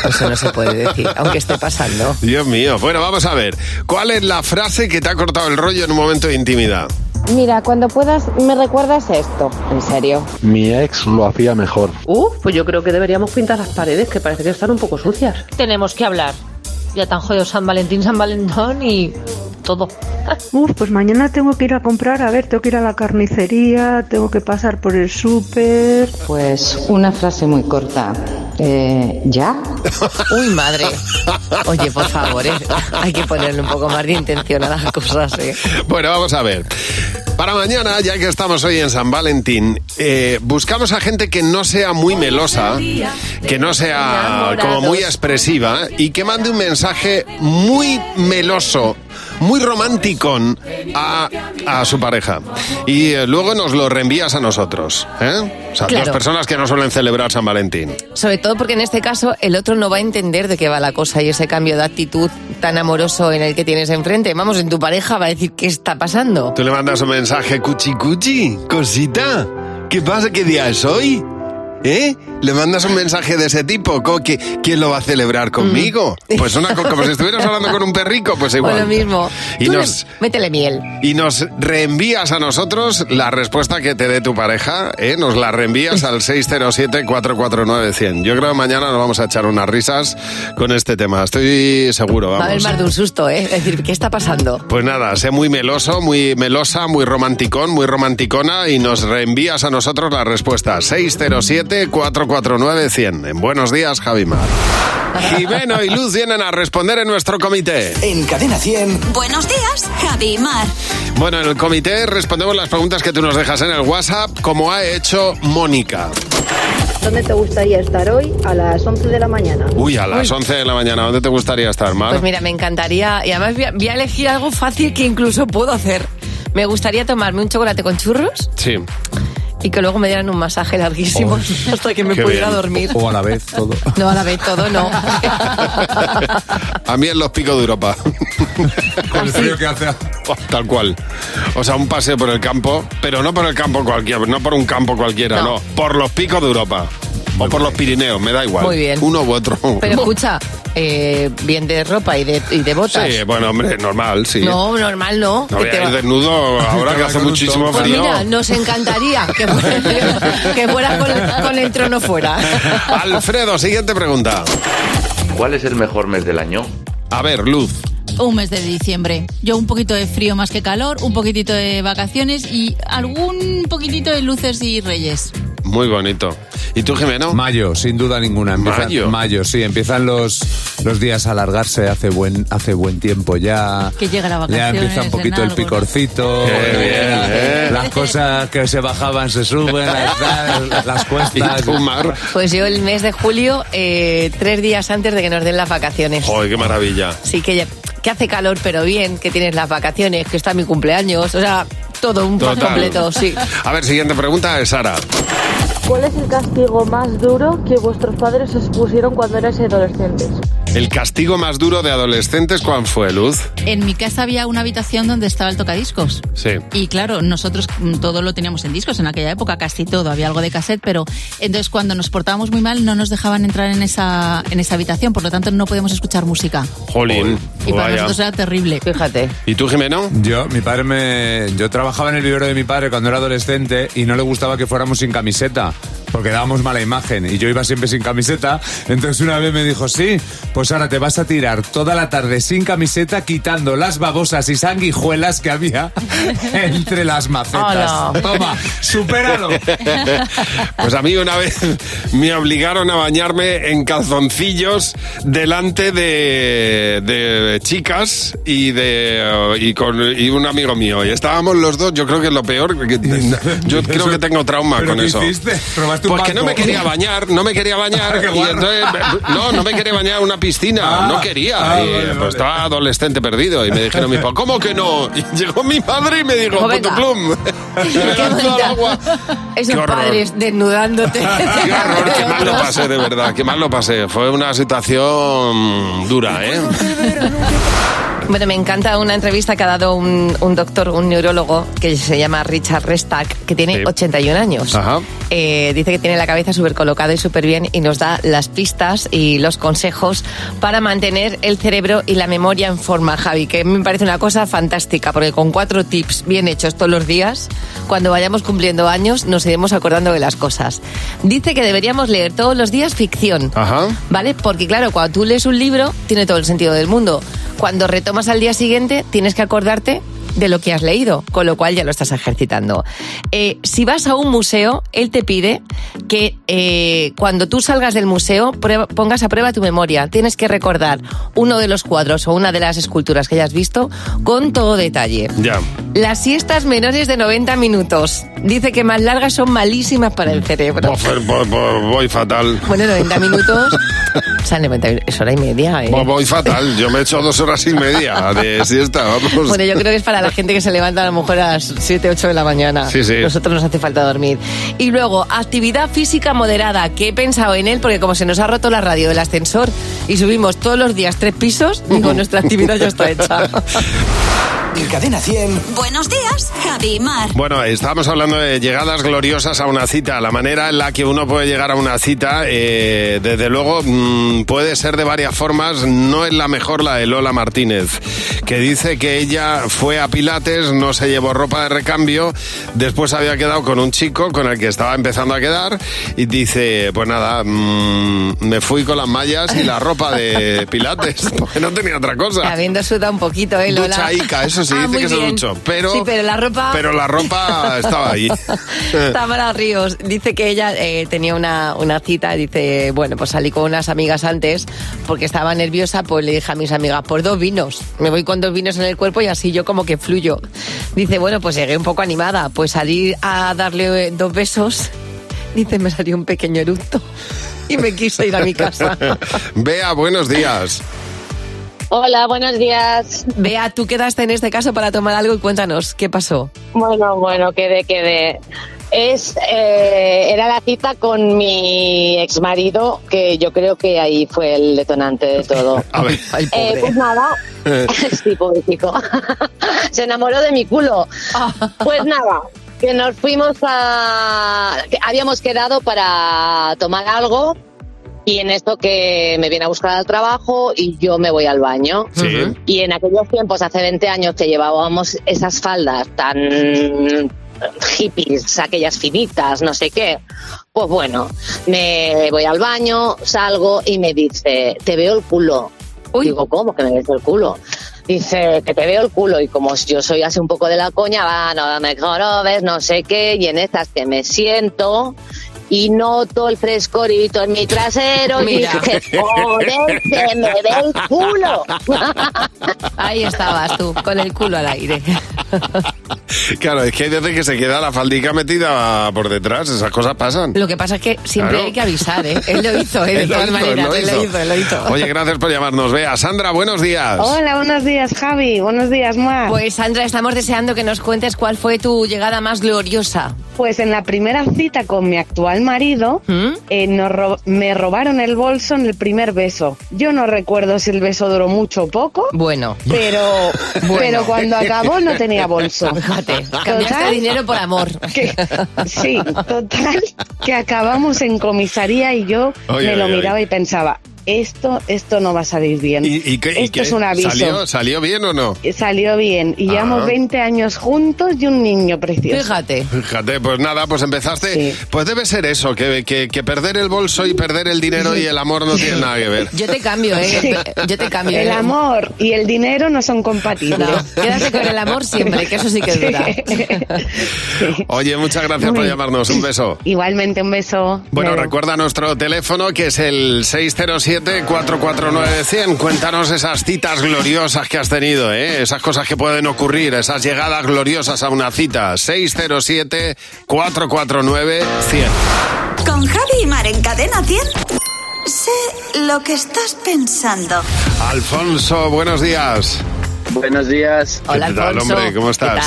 Speaker 4: Eso no se puede decir, aunque esté pasando.
Speaker 3: Dios mío. Bueno, vamos a ver. ¿Cuál es la frase que te ha cortado el rollo en un momento de intimidad?
Speaker 19: Mira, cuando puedas, me recuerdas esto. En serio.
Speaker 20: Mi ex lo hacía mejor.
Speaker 21: Uh, pues yo creo que deberíamos pintar las paredes, que parece que están un poco sucias.
Speaker 22: Tenemos que hablar. Ya tan jodido San Valentín, San Valentón y todo.
Speaker 23: Uf, pues mañana tengo que ir a comprar, a ver, tengo que ir a la carnicería, tengo que pasar por el súper.
Speaker 2: Pues una frase muy corta. Eh, ¿Ya?
Speaker 4: [laughs] Uy, madre. Oye, por favor, ¿eh? hay que ponerle un poco más de intención a las cosas, ¿eh?
Speaker 3: Bueno, vamos a ver. Para mañana, ya que estamos hoy en San Valentín, eh, buscamos a gente que no sea muy melosa, que no sea como muy expresiva y que mande un mensaje muy meloso, muy romántico a, a su pareja. Y eh, luego nos lo reenvías a nosotros. ¿eh? O sea,
Speaker 4: Claro.
Speaker 3: dos personas que no suelen celebrar San Valentín.
Speaker 4: Sobre todo porque en este caso el otro no va a entender de qué va la cosa y ese cambio de actitud tan amoroso en el que tienes enfrente. Vamos, en tu pareja va a decir qué está pasando.
Speaker 3: Tú le mandas un mensaje cuchi cuchi, cosita. ¿Qué pasa? ¿Qué día es hoy? ¿Eh? Le mandas un mensaje de ese tipo. co- que- ¿Quién lo va a celebrar conmigo? Pues una co- como si estuvieras hablando con un perrico,
Speaker 4: [laughs]
Speaker 3: pues
Speaker 4: O lo
Speaker 3: igual.
Speaker 4: mismo.
Speaker 3: Y
Speaker 4: Tú le-
Speaker 3: nos-
Speaker 4: Métele miel.
Speaker 3: Y nos reenvías a nosotros la respuesta que te dé tu pareja, ¿eh? nos la reenvías al 607-449-100. Yo creo que mañana nos vamos a echar unas risas con este tema, estoy seguro,
Speaker 4: Va a haber
Speaker 3: vamos.
Speaker 4: más de un susto, ¿eh? Es decir, ¿qué está pasando?
Speaker 3: Pues nada, sé muy meloso, muy melosa, muy romanticón, muy romanticona y nos reenvías a nosotros la respuesta 607-449-100. En buenos días, Javimar. Jimeno y Luz vienen a responder en nuestro comité.
Speaker 1: En Cadena 100.
Speaker 7: Buenos días, Javi y Mar.
Speaker 3: Bueno, en el comité respondemos las preguntas que tú nos dejas en el WhatsApp, como ha hecho Mónica.
Speaker 24: ¿Dónde te gustaría estar hoy a las 11 de la mañana?
Speaker 3: Uy, a las 11 de la mañana, ¿dónde te gustaría estar, Mar?
Speaker 4: Pues mira, me encantaría. Y además voy a, voy a elegir algo fácil que incluso puedo hacer. Me gustaría tomarme un chocolate con churros
Speaker 3: Sí.
Speaker 4: y que luego me dieran un masaje larguísimo [laughs] hasta que me
Speaker 3: Oh. Qué
Speaker 4: pudiera
Speaker 3: bien.
Speaker 4: dormir.
Speaker 20: O a la vez todo.
Speaker 4: No, a la vez todo no.
Speaker 3: A mí en los picos de Europa. [laughs] Con el frío que hace. Tal cual. O sea, un paseo por el campo, pero no por el campo cualquiera, no por un campo cualquiera, no.
Speaker 4: No.
Speaker 3: Por los picos de Europa. o por los Pirineos, me da igual.
Speaker 4: Muy bien.
Speaker 3: Uno u otro.
Speaker 4: Pero escucha, eh, bien de ropa y de, y de botas.
Speaker 3: Sí, bueno, hombre, normal, sí.
Speaker 4: No, normal no.
Speaker 3: No
Speaker 4: Que
Speaker 3: voy
Speaker 4: te
Speaker 3: a ir
Speaker 4: va-
Speaker 3: desnudo ahora que hace muchísimo
Speaker 4: Pues
Speaker 3: frío.
Speaker 4: mira, nos encantaría que fueras, que fueras con, el, con el trono fuera.
Speaker 3: Alfredo, siguiente pregunta.
Speaker 25: ¿Cuál es el mejor mes del año?
Speaker 3: A ver, Luz.
Speaker 9: Un mes de diciembre. Yo un poquito de frío más que calor, un poquitito de vacaciones y algún poquitito de luces y reyes.
Speaker 3: Muy bonito. ¿Y tú, Jimeno?
Speaker 13: Mayo, sin duda ninguna. Empiezan-
Speaker 3: Mayo.
Speaker 13: Mayo, sí. Empiezan los, los días a alargarse. Hace buen, hace buen tiempo ya.
Speaker 9: Que llega la
Speaker 13: Ya
Speaker 9: vacaciones.
Speaker 13: empieza un poquito
Speaker 9: en
Speaker 13: el
Speaker 9: algo, ¿no?
Speaker 13: picorcito.
Speaker 3: Qué bien, ¿eh?
Speaker 13: Las cosas que se bajaban se suben. Las, las
Speaker 3: [laughs]
Speaker 13: cuestas.
Speaker 3: ¿Y tú, Mar?
Speaker 4: Pues yo el mes de julio, eh, tres días antes de que nos den las vacaciones.
Speaker 3: ¡Joder, qué maravilla!
Speaker 4: Sí, que, ya- que hace calor, pero bien, que tienes las vacaciones, que está mi cumpleaños, o sea, todo un pack
Speaker 3: Total.
Speaker 4: completo, sí.
Speaker 3: A ver, siguiente pregunta es Sara.
Speaker 26: ¿Cuál es el castigo más duro que vuestros padres os pusieron cuando erais adolescentes?
Speaker 3: ¿El castigo más duro de adolescentes cuál fue, Luz?
Speaker 9: En mi casa había una habitación donde estaba el tocadiscos.
Speaker 3: Sí.
Speaker 9: Y claro, nosotros mm, todo lo teníamos en discos en aquella época, casi todo, había algo de cassette, pero entonces cuando nos portábamos muy mal no nos dejaban entrar en esa, en esa habitación, por lo tanto no podíamos escuchar música.
Speaker 3: Jolín.
Speaker 9: Y para
Speaker 13: Vaya.
Speaker 9: nosotros era terrible.
Speaker 4: Fíjate.
Speaker 3: ¿Y tú, Jimeno?
Speaker 13: Yo, mi padre me. Yo trabajaba en el vivero de mi padre cuando era adolescente y no le gustaba que fuéramos sin camiseta. porque dábamos mala imagen y yo iba siempre sin camiseta. Entonces una vez me dijo, sí, pues ahora te vas a tirar toda la tarde sin camiseta quitando las babosas y sanguijuelas que había entre las macetas.
Speaker 3: Hola.
Speaker 13: Toma, supéralo.
Speaker 3: [laughs] Pues a mí una vez me obligaron a bañarme en calzoncillos delante de, de chicas y de y con y un amigo mío. Y estábamos los dos, yo creo que es lo peor.
Speaker 13: [laughs]
Speaker 3: que- yo creo que tengo trauma
Speaker 13: ¿Pero
Speaker 3: con
Speaker 13: qué
Speaker 3: eso.
Speaker 13: hiciste? ¿Robaste un
Speaker 3: Porque no me
Speaker 13: banco?
Speaker 3: quería bañar, no me quería
Speaker 13: Ah,
Speaker 3: bañar.
Speaker 13: [laughs] qué
Speaker 3: y
Speaker 13: guarro.
Speaker 3: entonces, no, no me quería bañar en una piscina,
Speaker 13: Ah,
Speaker 3: no quería.
Speaker 13: ah,
Speaker 3: Y,
Speaker 13: vale,
Speaker 3: pues
Speaker 13: vale.
Speaker 3: estaba adolescente perdido. Y me dijeron mis papás, ¿cómo que no? Y llegó mi madre y me dijo,
Speaker 4: Pues venga.
Speaker 3: "Putuclum".
Speaker 4: [laughs]
Speaker 3: Y me lanzó al agua.
Speaker 4: Esos
Speaker 3: Qué horror.
Speaker 4: padres desnudándote.
Speaker 3: [laughs] Qué mal lo pasé, de verdad, qué mal lo pasé. Fue una situación dura, ¿eh?
Speaker 4: Bueno, me encanta una entrevista que ha dado un, un doctor, un neurólogo, que se llama Richard Restack, que tiene 81 años.
Speaker 3: Ajá.
Speaker 4: Eh, dice que tiene la cabeza súper colocada y súper bien y nos da las pistas y los consejos para mantener el cerebro y la memoria en forma, Javi, que me parece una cosa fantástica, porque con cuatro tips bien hechos todos los días, cuando vayamos cumpliendo años nos iremos acordando de las cosas. Dice que deberíamos leer todos los días ficción, ¿vale? Porque claro, cuando tú lees un libro tiene todo el sentido del mundo. Cuando retomas al día siguiente tienes que acordarte de lo que has leído, con lo cual ya lo estás ejercitando. Eh, si vas a un museo, él te pide que eh, cuando tú salgas del museo prueba- pongas a prueba tu memoria. Tienes que recordar uno de los cuadros o una de las esculturas que hayas visto con todo detalle.
Speaker 3: Ya.
Speaker 4: Las siestas menores de 90 minutos. Dice que más largas son malísimas para el cerebro.
Speaker 3: Voy, voy- voy- voy fatal.
Speaker 4: Bueno, 90
Speaker 3: [laughs]
Speaker 4: minutos. o sea, 90 minutos, es hora y media. ¿eh?
Speaker 3: Voy, voy fatal. Yo me he hecho dos horas y media de siesta, vamos.
Speaker 4: Bueno, yo creo que es para la gente que se levanta a lo mejor a las 7, 8 de la mañana.
Speaker 3: Sí, sí.
Speaker 4: Nosotros nos hace falta dormir. Y luego, actividad física moderada, que he pensado en él, porque como se nos ha roto la radio del ascensor y subimos todos los días tres pisos,
Speaker 3: [laughs]
Speaker 4: digo, nuestra actividad ya está hecha.
Speaker 27: [laughs] En Cadena 100.
Speaker 7: Buenos días, Javi y Mar.
Speaker 3: Bueno, estábamos hablando de llegadas gloriosas a una cita. La manera en la que uno puede llegar a una cita, eh, desde luego, mm, puede ser de varias formas. No es la mejor la de Lola Martínez, que dice que ella fue a Pilates, no se llevó ropa de recambio, después había quedado con un chico con el que estaba empezando a quedar y dice, pues nada, mm, me fui con las mallas y la ropa
Speaker 4: [laughs]
Speaker 3: de Pilates, porque no tenía otra cosa.
Speaker 4: Habiendo sudado un poquito, ¿eh, Lola?
Speaker 3: Ducha Ica, eso sí,
Speaker 4: Ah,
Speaker 3: dice
Speaker 4: muy
Speaker 3: que se
Speaker 4: bien.
Speaker 3: duchó, pero-
Speaker 4: Sí, pero la ropa...
Speaker 3: Pero la ropa estaba
Speaker 4: [laughs]
Speaker 3: ahí. Eh.
Speaker 4: Tamara Ríos dice que ella eh, tenía una, una cita, dice, bueno, pues salí con unas amigas antes porque estaba nerviosa, pues le dije a mis amigas, por dos vinos, me voy con dos vinos en el cuerpo y así yo como que fluyo. Dice, bueno, pues llegué un poco animada, pues salí a darle eh, dos besos, [laughs] dice, me salió un pequeño eructo y me quise ir a mi casa.
Speaker 3: [laughs] Bea, buenos días.
Speaker 24: Hola, buenos días.
Speaker 4: Bea, tú quedaste en este caso para tomar algo y cuéntanos,
Speaker 24: [laughs]
Speaker 4: ¿qué pasó?
Speaker 24: Bueno, bueno, quedé, quedé. Es, eh, era la cita con mi ex marido, que yo creo que ahí fue el detonante de todo.
Speaker 3: A ver. Eh,
Speaker 24: Eh, pues nada, sí, pobrecito. [laughs] Se enamoró de mi culo. Pues nada, que nos fuimos a... que habíamos quedado para tomar algo y en esto que me viene a buscar al trabajo y yo me voy al baño.
Speaker 3: Sí.
Speaker 24: Y en aquellos tiempos, hace 20 años, que llevábamos esas faldas tan hippies, aquellas finitas, no sé qué. Pues bueno, me voy al baño, salgo y me dice, te veo el culo. Digo, ¿cómo que me ves el culo? Dice, que te veo el culo. Y como yo soy así un poco de la coña, va, no me jorobes, no sé qué. Y en estas que me siento y noto el frescorito en mi trasero y
Speaker 4: Mira.
Speaker 24: dije, joder, que me ve el culo.
Speaker 4: Ahí estabas tú, con el culo al aire.
Speaker 3: Claro, es que hay veces que se queda la faldica metida por detrás, esas cosas pasan.
Speaker 4: Lo que pasa es que siempre
Speaker 3: Claro.
Speaker 4: hay que avisar, ¿eh? Él lo hizo, ¿eh? De
Speaker 3: [laughs] Él lo
Speaker 4: todas
Speaker 3: hizo,
Speaker 4: maneras,
Speaker 3: él lo
Speaker 4: él lo
Speaker 3: hizo.
Speaker 4: hizo, él lo hizo.
Speaker 3: Oye, gracias por llamarnos, Bea. Sandra, buenos días.
Speaker 4: Hola, buenos días, Javi. Buenos días, Mar. Pues, Sandra, estamos deseando que nos cuentes cuál fue tu llegada más gloriosa.
Speaker 28: Pues en la primera cita [laughs] con mi actual marido, eh, nos ro- me robaron el bolso en el primer beso. Yo no recuerdo si el beso duró mucho o poco,
Speaker 4: Bueno.
Speaker 28: pero,
Speaker 4: [laughs] Bueno.
Speaker 28: pero cuando acabó no
Speaker 4: [laughs]
Speaker 28: tenía bolso.
Speaker 4: Fíjate, cambiaste dinero por amor.
Speaker 28: Sí, total, que acabamos en comisaría y yo
Speaker 4: Oye,
Speaker 28: me lo
Speaker 4: oye,
Speaker 28: miraba y pensaba,
Speaker 24: esto, esto no va a salir bien.
Speaker 3: ¿Y, y qué- y
Speaker 24: esto
Speaker 3: qué?
Speaker 24: es un aviso.
Speaker 3: ¿Salió, ¿Salió bien o no?
Speaker 24: Eh, Salió bien. Y
Speaker 3: Ah.
Speaker 24: llevamos 20 años juntos y un niño precioso.
Speaker 4: Fíjate.
Speaker 3: Fíjate, pues nada, pues empezaste. Pues debe ser eso, que, que- que perder el bolso y perder el dinero y el amor no tiene nada
Speaker 4: [laughs]
Speaker 3: que ver.
Speaker 4: Yo te cambio, ¿eh? Yo te cambio.
Speaker 24: El
Speaker 4: ¿eh?
Speaker 24: amor y el dinero no son compatibles.
Speaker 4: No, quédate con el amor siempre, que eso sí que es dura.
Speaker 3: Oye, muchas gracias por llamarnos. Un beso.
Speaker 24: Igualmente, un beso.
Speaker 3: Bueno, recuerda nuestro teléfono que es el 607-449-100. Cuéntanos esas citas gloriosas que has tenido, ¿eh? esas cosas que pueden ocurrir, esas llegadas gloriosas a una cita. 607-449-100.
Speaker 7: Con Javi y Mar en Cadena 100. Sé lo que estás pensando.
Speaker 3: Alfonso, buenos días.
Speaker 29: Buenos días.
Speaker 3: ¿Qué tal, hombre? ¿Cómo estás?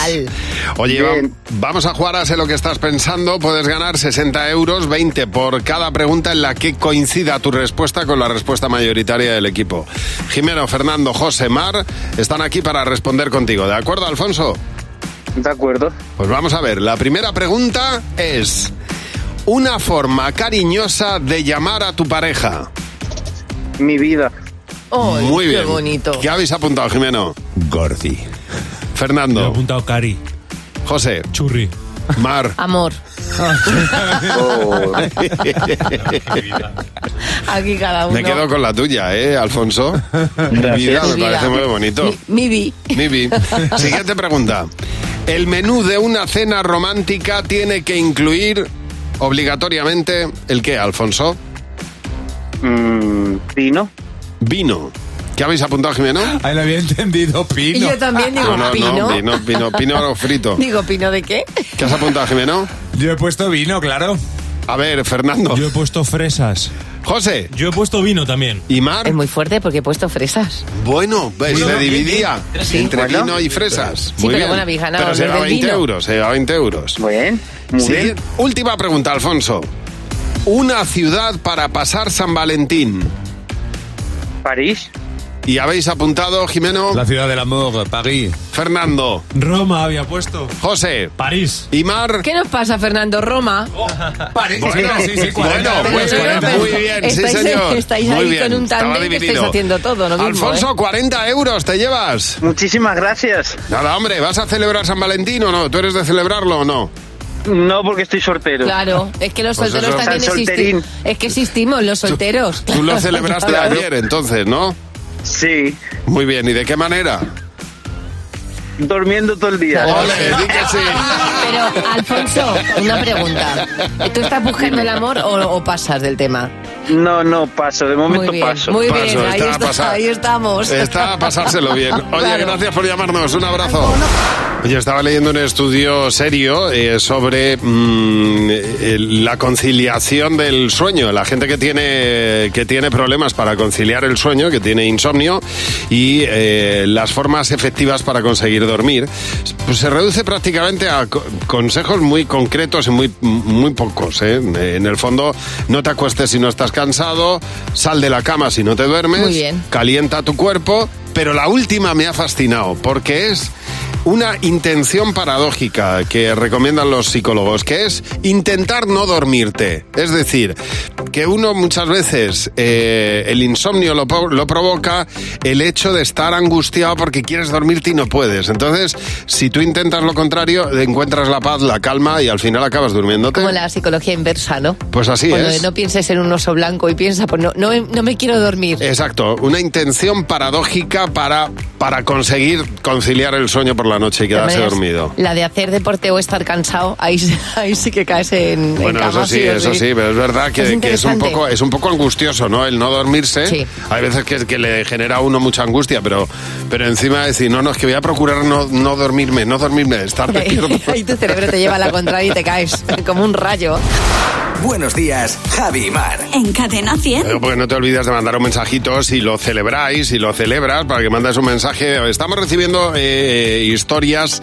Speaker 3: Oye, va- vamos a jugar a Sé lo que estás pensando. Puedes ganar 60 euros, 20 por cada pregunta en la que coincida tu respuesta con la respuesta mayoritaria del equipo. Jimeno, Fernando, José, Mar están aquí para responder contigo. ¿De acuerdo, Alfonso?
Speaker 29: De acuerdo.
Speaker 3: Pues vamos a ver. La primera pregunta es... Una forma cariñosa de llamar a tu pareja.
Speaker 29: Mi vida.
Speaker 4: Ay,
Speaker 3: Muy
Speaker 4: qué
Speaker 3: bien.
Speaker 4: bonito.
Speaker 3: ¿Qué habéis apuntado, Jimeno? Gordi. Fernando. apuntado Cari. José. Churri. Mar.
Speaker 4: Amor. Aquí cada uno.
Speaker 3: [laughs] Me quedo con la tuya, ¿eh, Alfonso? Mi vida me
Speaker 4: Mi vida.
Speaker 3: parece muy bonito.
Speaker 4: Mi vi.
Speaker 13: [laughs]
Speaker 3: Mibi. Siguiente pregunta. El menú de una cena romántica tiene que incluir obligatoriamente el qué, Alfonso?
Speaker 29: vino.
Speaker 3: Vino. ¿Qué habéis apuntado, Jimeno?
Speaker 13: Ahí lo había entendido, Pino.
Speaker 4: Y yo también digo
Speaker 3: Ah, No, no,
Speaker 4: pino.
Speaker 3: no, pino, pino, pino frito.
Speaker 4: [laughs] Digo, ¿pino de qué?
Speaker 3: ¿Qué has apuntado, Jimeno?
Speaker 13: Yo he puesto vino, claro.
Speaker 3: A ver, Fernando.
Speaker 30: Yo he puesto fresas.
Speaker 3: José.
Speaker 30: Yo he puesto vino también.
Speaker 3: ¿Y Mar?
Speaker 4: Es muy fuerte porque he puesto fresas.
Speaker 3: Bueno, ves,
Speaker 30: Bueno,
Speaker 3: se
Speaker 30: bien,
Speaker 3: dividía
Speaker 30: bien. Sí.
Speaker 3: entre
Speaker 30: Bueno.
Speaker 3: vino y fresas.
Speaker 4: Sí,
Speaker 3: Muy
Speaker 4: pero
Speaker 3: bien.
Speaker 4: bueno, habéis ganado
Speaker 3: Pero se
Speaker 4: en vez
Speaker 3: lleva
Speaker 4: del
Speaker 3: 20
Speaker 4: vino.
Speaker 3: euros, se lleva 20 euros.
Speaker 29: Muy bien, muy bien.
Speaker 3: Última pregunta, Alfonso. Una ciudad para pasar San Valentín.
Speaker 29: París.
Speaker 3: ¿Y habéis apuntado, Jimeno?
Speaker 13: La ciudad del amor, París.
Speaker 3: Fernando.
Speaker 30: Roma había puesto.
Speaker 3: José.
Speaker 30: París.
Speaker 3: ¿Y Mar?
Speaker 4: ¿Qué nos pasa, Fernando? Roma.
Speaker 30: París.
Speaker 3: Bueno, bueno, pues muy bien, sí
Speaker 4: estáis, eh,
Speaker 3: señor.
Speaker 4: estáis
Speaker 3: muy
Speaker 4: ahí
Speaker 3: bien.
Speaker 4: con un
Speaker 3: Estaba
Speaker 4: tándem que estáis
Speaker 3: dividido.
Speaker 4: haciendo todo, ¿no? mismo,
Speaker 3: Alfonso,
Speaker 4: ¿eh?
Speaker 3: 40 euros te llevas.
Speaker 29: Muchísimas gracias.
Speaker 3: Nada, hombre, ¿vas a celebrar San Valentín o no? ¿Tú eres de celebrarlo o no?
Speaker 29: No, porque estoy soltero.
Speaker 4: Claro, es que los
Speaker 3: Pues
Speaker 4: solteros
Speaker 3: eso.
Speaker 4: también
Speaker 29: Tan solterín.
Speaker 4: existimos. Es que existimos los solteros. [laughs]
Speaker 3: Tú lo
Speaker 29: [laughs]
Speaker 3: celebraste ayer, entonces, ¿no?
Speaker 29: Sí.
Speaker 3: Muy bien, ¿y de qué manera?
Speaker 29: Durmiendo todo el día.
Speaker 3: Ole, di que sí.
Speaker 4: Pero, Alfonso, una pregunta. ¿Tú estás buscando el amor o, o pasas del tema?
Speaker 29: No, no, paso. De momento
Speaker 4: Muy bien,
Speaker 29: paso.
Speaker 4: muy bien,
Speaker 3: Paso,
Speaker 4: ahí,
Speaker 3: está a
Speaker 4: está-
Speaker 3: pasar.
Speaker 4: ahí estamos.
Speaker 3: Está a
Speaker 4: [laughs]
Speaker 3: pasárselo bien. Oye,
Speaker 4: Claro.
Speaker 3: gracias por llamarnos. Un abrazo. Yo estaba leyendo un estudio serio eh, sobre mm, eh, la conciliación del sueño. La gente que tiene, que tiene problemas para conciliar el sueño, que tiene insomnio, y eh, las formas efectivas para conseguir dormir, pues se reduce prácticamente a co- consejos muy concretos y muy, muy pocos. ¿eh? En el fondo, no te acuestes si no estás cansado, sal de la cama si no te duermes,
Speaker 4: Muy bien.
Speaker 3: calienta tu cuerpo, pero la última me ha fascinado porque es una intención paradójica que recomiendan los psicólogos, que es intentar no dormirte. Es decir, que uno muchas veces eh, el insomnio lo, po- lo provoca el hecho de estar angustiado porque quieres dormirte y no puedes. Entonces, si tú intentas lo contrario, encuentras la paz, la calma y al final acabas durmiéndote.
Speaker 4: Como la psicología inversa, ¿no?
Speaker 3: Pues así
Speaker 4: Cuando
Speaker 3: es.
Speaker 4: no pienses en un oso blanco y piensa, pues no, no, no me quiero dormir.
Speaker 3: Exacto, una intención paradójica para, para conseguir conciliar el sueño por la noche y
Speaker 4: De
Speaker 3: quedarse
Speaker 4: maneras,
Speaker 3: dormido.
Speaker 4: La de hacer deporte o estar cansado, ahí, [laughs] sí- ahí sí que caes en, en
Speaker 3: Bueno,
Speaker 4: cama,
Speaker 3: eso sí, eso
Speaker 4: dormir.
Speaker 3: sí, pero es verdad que que es,
Speaker 4: Es
Speaker 3: un
Speaker 4: interesante.
Speaker 3: poco es un poco angustioso, ¿no? El no dormirse.
Speaker 4: Sí.
Speaker 3: Hay veces que, que le genera a uno mucha angustia, pero, pero encima decir, no, no, es que voy a procurar no, no dormirme, no
Speaker 4: [laughs]
Speaker 3: dormirme, estar despierto.
Speaker 4: Ahí tu cerebro te lleva a la
Speaker 3: [laughs]
Speaker 4: contraria y te caes [laughs] como un rayo.
Speaker 1: Buenos días, Javi y Mar.
Speaker 7: En Cadena 100.
Speaker 3: Pero porque no te olvides de mandar un mensajito si lo celebráis, si lo celebras, para que mandes un mensaje. Estamos recibiendo eh, historias.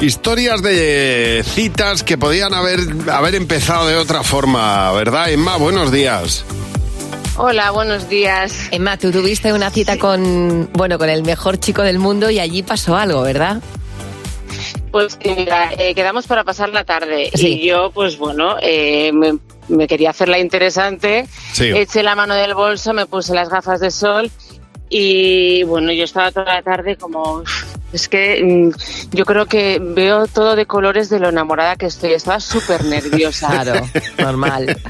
Speaker 3: Historias de citas que podían haber, haber empezado de otra forma, ¿verdad, Emma? Buenos días.
Speaker 4: Hola, buenos días. Emma, tú tuviste una cita con, bueno, con el mejor chico del mundo y allí pasó algo, ¿verdad?
Speaker 12: Pues que, mira, eh, quedamos para pasar la tarde
Speaker 4: Sí.
Speaker 12: y yo, pues bueno, eh, me
Speaker 5: me quería hacerla interesante.
Speaker 3: Sí.
Speaker 5: Eché la mano del bolso, me puse las gafas de sol y bueno, yo estaba toda la tarde como... "Uf, Es que mm, yo creo que veo todo de colores de lo enamorada que estoy. Estaba súper
Speaker 4: [laughs]
Speaker 5: nerviosa.
Speaker 4: Claro, normal.
Speaker 5: [laughs]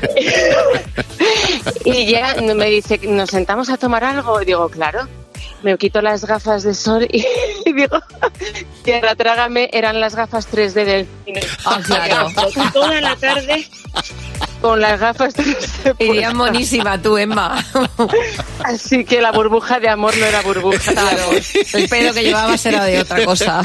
Speaker 5: Y ya me dice, ¿nos sentamos a tomar algo? Y digo, claro. Me quito las gafas de sol y, y digo, tierra, trágame, eran las gafas 3D del cine.
Speaker 19: Ah,
Speaker 4: claro.
Speaker 5: Toda la tarde [laughs] con las gafas 3D.
Speaker 4: Irías monísima tú, Emma.
Speaker 5: Así que la burbuja de amor no era burbuja. Claro,
Speaker 4: el pelo que llevabas era de otra cosa.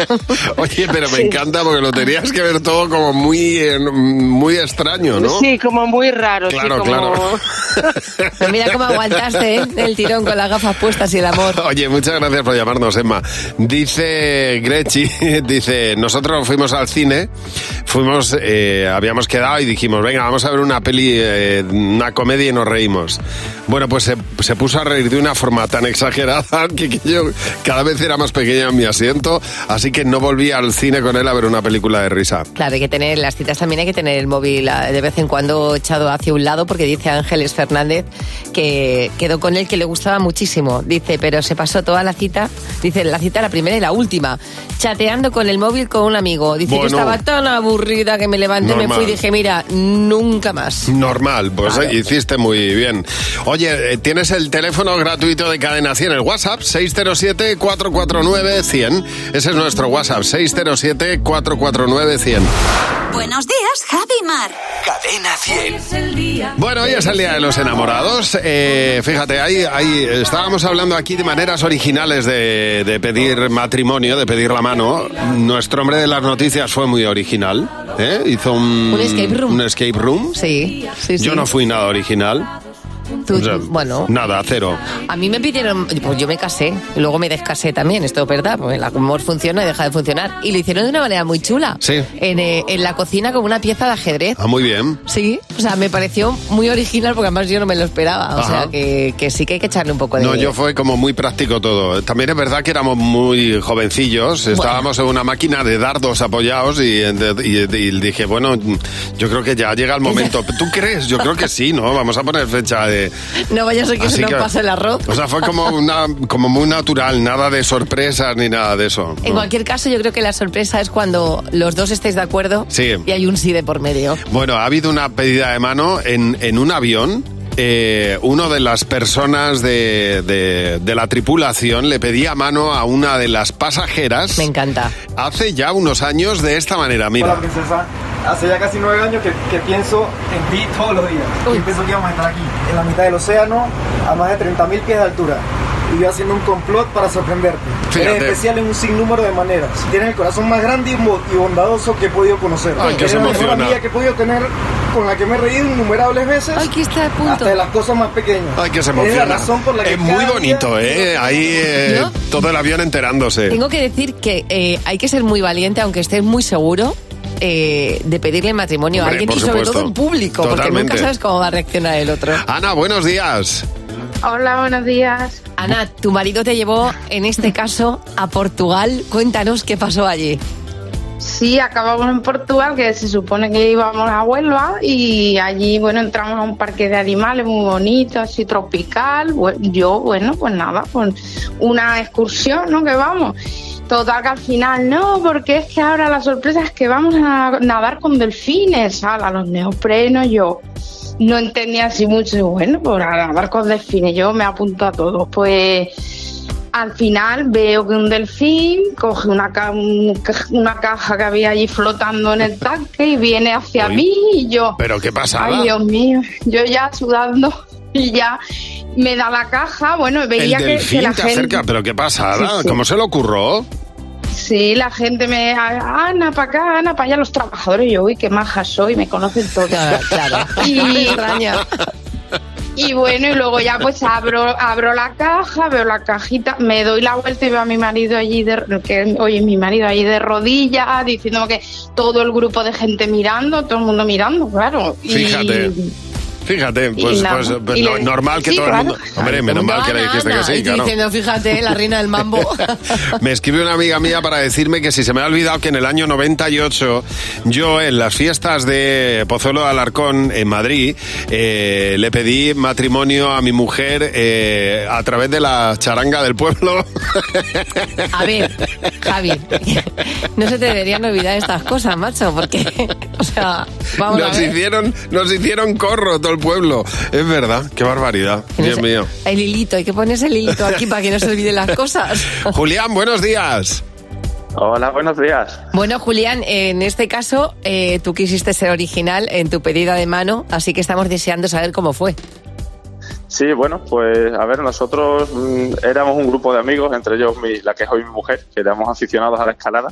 Speaker 3: Oye, pero me
Speaker 5: Sí.
Speaker 3: encanta porque lo tenías que ver todo como muy, eh, muy extraño, ¿no?
Speaker 5: Sí, como muy raro. sí,
Speaker 3: Claro,
Speaker 5: como-
Speaker 3: claro.
Speaker 4: [laughs] Pero mira cómo aguantaste ¿eh? el tirón con las gafas puestas y el amor.
Speaker 3: [laughs] Oye, muchas gracias por llamarnos, Emma. Dice Grechi, [laughs] dice, nosotros fuimos al cine, fuimos, eh, habíamos quedado y dijimos, venga, vamos a ver una peli, eh, una comedia y nos reímos. Bueno, pues se, se puso a reír de una forma tan exagerada [laughs] que, que yo cada vez era más pequeña en mi asiento, así que no volví al cine con él a ver una película de risa.
Speaker 4: Claro, hay que tener las citas también, hay que tener el móvil ah, de vez en cuando echado hacia un lado, porque dice Ángeles Fernández que quedó con él que le gustaba muchísimo. Dice, pero se pasó toda la cita, dice la cita la primera y la última, chateando con el móvil con un amigo. Dice
Speaker 3: Bueno.
Speaker 4: que estaba tan aburrida que me levanté, me
Speaker 3: Normal.
Speaker 4: fui y dije, mira, nunca más.
Speaker 3: Normal, pues eh, hiciste muy bien. Oye, eh, tienes el teléfono gratuito de Cadena 100, el WhatsApp 607-449-100. Ese es nuestro WhatsApp, 607-449-100.
Speaker 7: Buenos días, Javi Mar.
Speaker 1: Cadena 100.
Speaker 3: Bueno, hoy es el Día de los Enamorados. Eh, fíjate, ahí, ahí estábamos hablando aquí de maneras originales de, de pedir matrimonio, de pedir la mano. Nuestro hombre de las noticias fue muy original. ¿eh? Hizo un,
Speaker 4: Un escape room.
Speaker 3: un escape room.
Speaker 4: Sí, sí, sí.
Speaker 3: Yo no fui nada original.
Speaker 4: Tú-
Speaker 3: O sea,
Speaker 4: bueno.
Speaker 3: Nada, cero.
Speaker 4: A mí me pidieron, pues yo me casé, luego me descasé también, esto es verdad, porque el amor funciona y deja de funcionar. Y lo hicieron de una manera muy chula.
Speaker 3: Sí.
Speaker 4: En, eh, en la cocina con una pieza de ajedrez.
Speaker 3: Ah, muy bien.
Speaker 4: Sí, o sea, me pareció muy original porque además yo no me lo esperaba. O
Speaker 3: Ajá.
Speaker 4: sea, que, que sí que hay que echarle un poco de...
Speaker 3: No, yo fue como muy práctico todo. También es verdad que éramos muy jovencillos, estábamos en una máquina de dardos apoyados y, y- y dije, bueno, yo creo que ya llega el momento. ¿Tú crees? Yo creo que sí, ¿no? Vamos a poner fecha de...
Speaker 4: No vaya a ser que
Speaker 3: Así
Speaker 4: se nos
Speaker 3: que-
Speaker 4: pase el arroz.
Speaker 3: O sea, fue como, una, como muy natural, nada de sorpresas ni nada de eso.
Speaker 4: En
Speaker 3: ¿no?
Speaker 4: cualquier caso, yo creo que la sorpresa es cuando los dos estéis de acuerdo
Speaker 3: Sí.
Speaker 4: y hay un sí de por medio.
Speaker 3: Bueno, ha habido una pedida de mano en, en un avión. Eh, uno de las personas de, de- de la tripulación le pedía mano a una de las pasajeras. Me
Speaker 4: encanta.
Speaker 3: Hace ya unos años de esta manera, mira.
Speaker 12: Hola princesa, hace ya casi nueve años que, que pienso en ti todos los días. Y pienso que íbamos a estar aquí, en la mitad del océano, a más de 30.000 pies de altura. Y yo haciendo un complot para sorprenderte.
Speaker 3: Fíjate.
Speaker 12: Eres especial en un sinnúmero de maneras. Tienes el corazón más grande y bo- y bondadoso que he podido conocer.
Speaker 3: Ay, que
Speaker 12: Eres
Speaker 3: se
Speaker 12: la mejor
Speaker 3: emociona.
Speaker 12: amiga que he podido tener, con la que me he reído innumerables veces.
Speaker 4: Aquí está el punto.
Speaker 12: Hasta de las cosas más pequeñas.
Speaker 3: Ay, que se
Speaker 12: Eres
Speaker 3: emociona.
Speaker 12: la razón por la que
Speaker 3: es muy
Speaker 12: cada
Speaker 3: bonito, ¿eh? Ahí eh,
Speaker 4: ¿No?
Speaker 3: todo el avión enterándose.
Speaker 4: Tengo que decir que eh, hay que ser muy valiente, aunque estés muy seguro, eh, de pedirle matrimonio
Speaker 3: Hombre,
Speaker 4: a alguien
Speaker 3: por
Speaker 4: y sobre
Speaker 3: supuesto.
Speaker 4: todo en público, porque
Speaker 3: Totalmente.
Speaker 4: nunca sabes cómo va a reaccionar el otro.
Speaker 3: Ana, buenos días.
Speaker 4: Hola, buenos días. Ana, tu marido te llevó, en este caso, a Portugal. Cuéntanos qué pasó allí.
Speaker 14: Sí, acabamos en Portugal, que se supone que íbamos a Huelva y allí, bueno, entramos a un parque de animales muy bonito, así tropical. Bue- Yo, bueno, pues nada, pues una excursión, ¿no? Que vamos. Total que al final no, porque es que ahora la sorpresa es que vamos a nadar con delfines, a los neoprenos, yo no entendía así mucho, y bueno, pues a nadar con delfines, yo me apunto a todo, pues al final veo que un delfín coge una, ca- un ca- una caja que había allí flotando en el tanque y viene hacia
Speaker 3: Uy.
Speaker 14: mí y yo...
Speaker 3: Pero qué pasaba.
Speaker 14: Ay, Dios mío, yo ya sudando [laughs] y ya me da la caja, bueno,
Speaker 3: el
Speaker 14: veía que- que,
Speaker 3: delfín
Speaker 14: la
Speaker 3: te
Speaker 14: gente...
Speaker 3: acerca, pero qué pasada.
Speaker 14: Sí, sí.
Speaker 3: ¿Cómo se le ocurrió?
Speaker 14: Sí, la gente me... Ana, para acá, Ana, para allá, los trabajadores, yo, uy, qué maja soy, me conocen todos.
Speaker 4: [laughs] Claro. [laughs]
Speaker 14: Y-
Speaker 4: No me extraña.
Speaker 14: Y bueno, y luego ya pues abro, abro la caja, veo la cajita, me doy la vuelta y veo a mi marido allí, de, que, oye, mi marido allí de rodillas, diciéndome que todo el grupo de gente mirando, todo el mundo mirando, claro. Y-
Speaker 3: Fíjate. Fíjate,
Speaker 4: Y
Speaker 3: pues,
Speaker 4: la-
Speaker 3: pues, pues,
Speaker 4: y
Speaker 3: no-
Speaker 4: le-
Speaker 3: normal que
Speaker 4: sí,
Speaker 3: todo el
Speaker 4: claro.
Speaker 3: mundo. Hombre, menos mal que le dijiste que sí,
Speaker 4: y tú
Speaker 3: claro.
Speaker 4: diciendo, fíjate, la reina del mambo.
Speaker 3: [laughs] Me escribe una amiga mía para decirme que si se me ha olvidado que en el año 98 yo en las fiestas de Pozuelo de Alarcón en Madrid eh, le pedí matrimonio a mi mujer eh, a través de la charanga del pueblo.
Speaker 4: A ver,
Speaker 3: [laughs]
Speaker 4: Javi, no se te deberían olvidar estas cosas, macho, porque, o sea, vamos a
Speaker 3: nos,
Speaker 4: ver.
Speaker 3: hicieron, nos hicieron corro todo el pueblo. Es verdad, qué barbaridad. Dios mío.
Speaker 4: El hilito, hay que ponerse el hilito aquí para que no se olviden las cosas.
Speaker 3: Julián, buenos días.
Speaker 29: Hola, buenos días.
Speaker 4: Bueno, Julián, en este caso eh, tú quisiste ser original en tu pedida de mano, así que estamos deseando saber cómo fue.
Speaker 29: Sí, bueno, pues a ver, nosotros mm, éramos un grupo de amigos, entre ellos mi- la que es hoy mi mujer, que éramos aficionados a la escalada.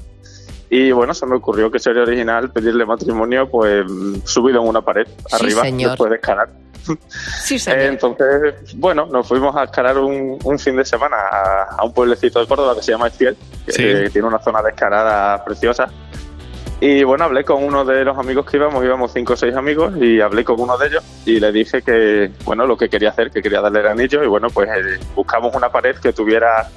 Speaker 29: Y bueno, se me ocurrió que sería original pedirle matrimonio, pues mm, subido en una pared,
Speaker 4: Sí,
Speaker 29: arriba,
Speaker 4: señor.
Speaker 29: después de escalar. [laughs]
Speaker 4: Sí, señor.
Speaker 29: Entonces, bueno, nos fuimos a escalar un, un fin de semana a, a un pueblecito de Córdoba que se llama Esquiel, que
Speaker 31: Sí.
Speaker 29: eh, tiene una zona de escalada preciosa. Y bueno, hablé con uno de los amigos que íbamos, íbamos cinco o seis amigos, y hablé con uno de ellos y le dije que, bueno, lo que quería hacer, que quería darle el anillo, y bueno, pues eh, buscamos una pared que tuviera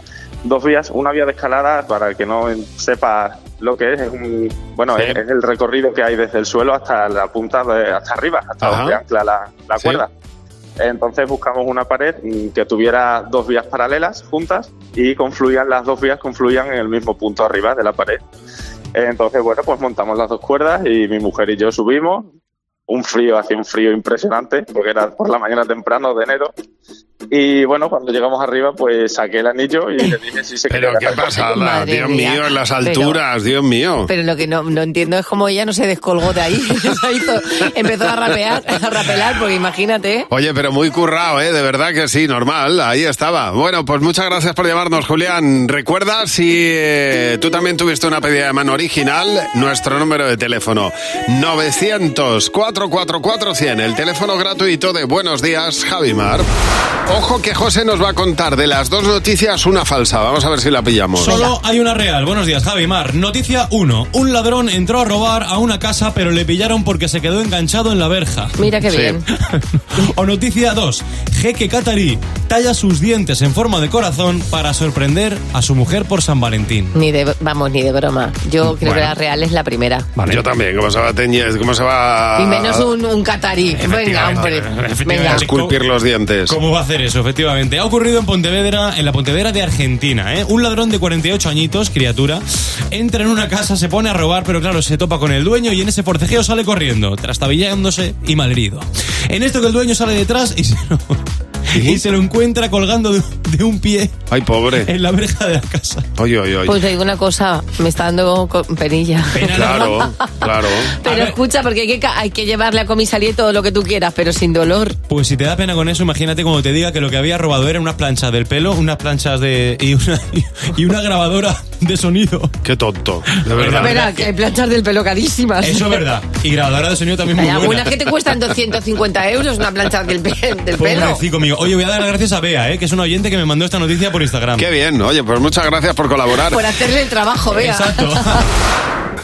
Speaker 29: dos vías, una vía de escalada, para el que no sepa lo que es, es un, bueno, es, es el recorrido que hay desde el suelo hasta la punta, de- hasta arriba, hasta
Speaker 15: Ajá.
Speaker 29: donde ancla la, la
Speaker 15: Sí.
Speaker 29: cuerda. Entonces buscamos una pared mm, que tuviera dos vías paralelas juntas y confluían las dos vías confluían en el mismo punto arriba de la pared. Entonces, bueno, pues montamos las dos cuerdas y mi mujer y yo subimos. Un frío, hacía un frío impresionante, porque era por la mañana temprano de enero. Y bueno, cuando llegamos arriba, pues saqué el anillo y le dije si se
Speaker 3: Pero
Speaker 29: quería
Speaker 3: qué
Speaker 29: casar
Speaker 3: pasada,
Speaker 29: conmigo.
Speaker 4: Madre
Speaker 3: Dios
Speaker 4: mía.
Speaker 3: mío, en las
Speaker 4: Pero-
Speaker 3: alturas, Dios mío.
Speaker 4: Pero lo que no, no entiendo es cómo ella no se descolgó de ahí. [laughs] Se hizo- empezó a rapear, a rapelar, porque imagínate. ¿eh?
Speaker 3: Oye, pero muy currado, ¿eh? De verdad que sí, normal, ahí estaba. Bueno, pues muchas gracias por llamarnos, Julián. Recuerda, si eh, tú también tuviste una pedida de mano original, nuestro número de teléfono 900-444-100, el teléfono gratuito de Buenos Días, Javimar. Ojo que José nos va a contar de las dos noticias una falsa, vamos a ver si la pillamos.
Speaker 30: Solo hay una real. Buenos días, Javi Mar. Noticia 1. Un ladrón entró a robar a una casa, pero le pillaron porque se quedó enganchado en la verja.
Speaker 4: Mira qué Sí. bien.
Speaker 30: [laughs] o noticia 2. Jeque catarí talla sus dientes en forma de corazón para sorprender a su mujer por San Valentín.
Speaker 4: Ni de, vamos, ni de broma. Yo creo que
Speaker 30: Bueno.
Speaker 4: la real es la primera.
Speaker 3: Yo también, ¿cómo se va a teñir? ¿Cómo se
Speaker 30: Ah,
Speaker 3: va a-
Speaker 4: Y menos un, un catarí. Venga, hombre.
Speaker 3: a
Speaker 4: Venga.
Speaker 3: esculpir los dientes?
Speaker 30: ¿Cómo va a hacer eso? Efectivamente. Ha ocurrido en Pontevedra, en la Pontevedra de Argentina, ¿eh? Un ladrón de 48 añitos, criatura, entra en una casa, se pone a robar, pero claro, se topa con el dueño y en ese forcejeo sale corriendo, trastabillándose y malherido. En esto que el dueño sale detrás y se lo, y se lo encuentra colgando de, de un pie
Speaker 3: Ay, pobre.
Speaker 30: en la verja de la casa.
Speaker 3: Oye, oye, oye.
Speaker 4: Pues te digo una cosa, me está dando co- penilla.
Speaker 3: Claro, claro.
Speaker 4: [laughs] Pero escucha, porque hay que, ca- hay que llevarle a comisaría y todo lo que tú quieras, pero sin dolor.
Speaker 30: Pues si te da pena con eso, imagínate cuando te diga que lo que había robado eran unas planchas del pelo, unas planchas de. y una, y una grabadora de sonido.
Speaker 3: Qué tonto, de
Speaker 4: Espera, que hay planchas del pelo carísimas.
Speaker 30: Eso es verdad. Y grabadora de sonido también muy
Speaker 4: [laughs] Hay
Speaker 30: buena.
Speaker 4: algunas que te cuestan 250 euros una plancha del, pe- del pelo.
Speaker 30: Pobrecito mío. Oye, voy a dar las gracias a Bea, ¿eh? que es una oyente que me mandó esta noticia por Instagram. Qué
Speaker 3: bien, oye, pues muchas gracias por colaborar.
Speaker 7: Pues
Speaker 4: Por hacerle el trabajo, vea. [laughs]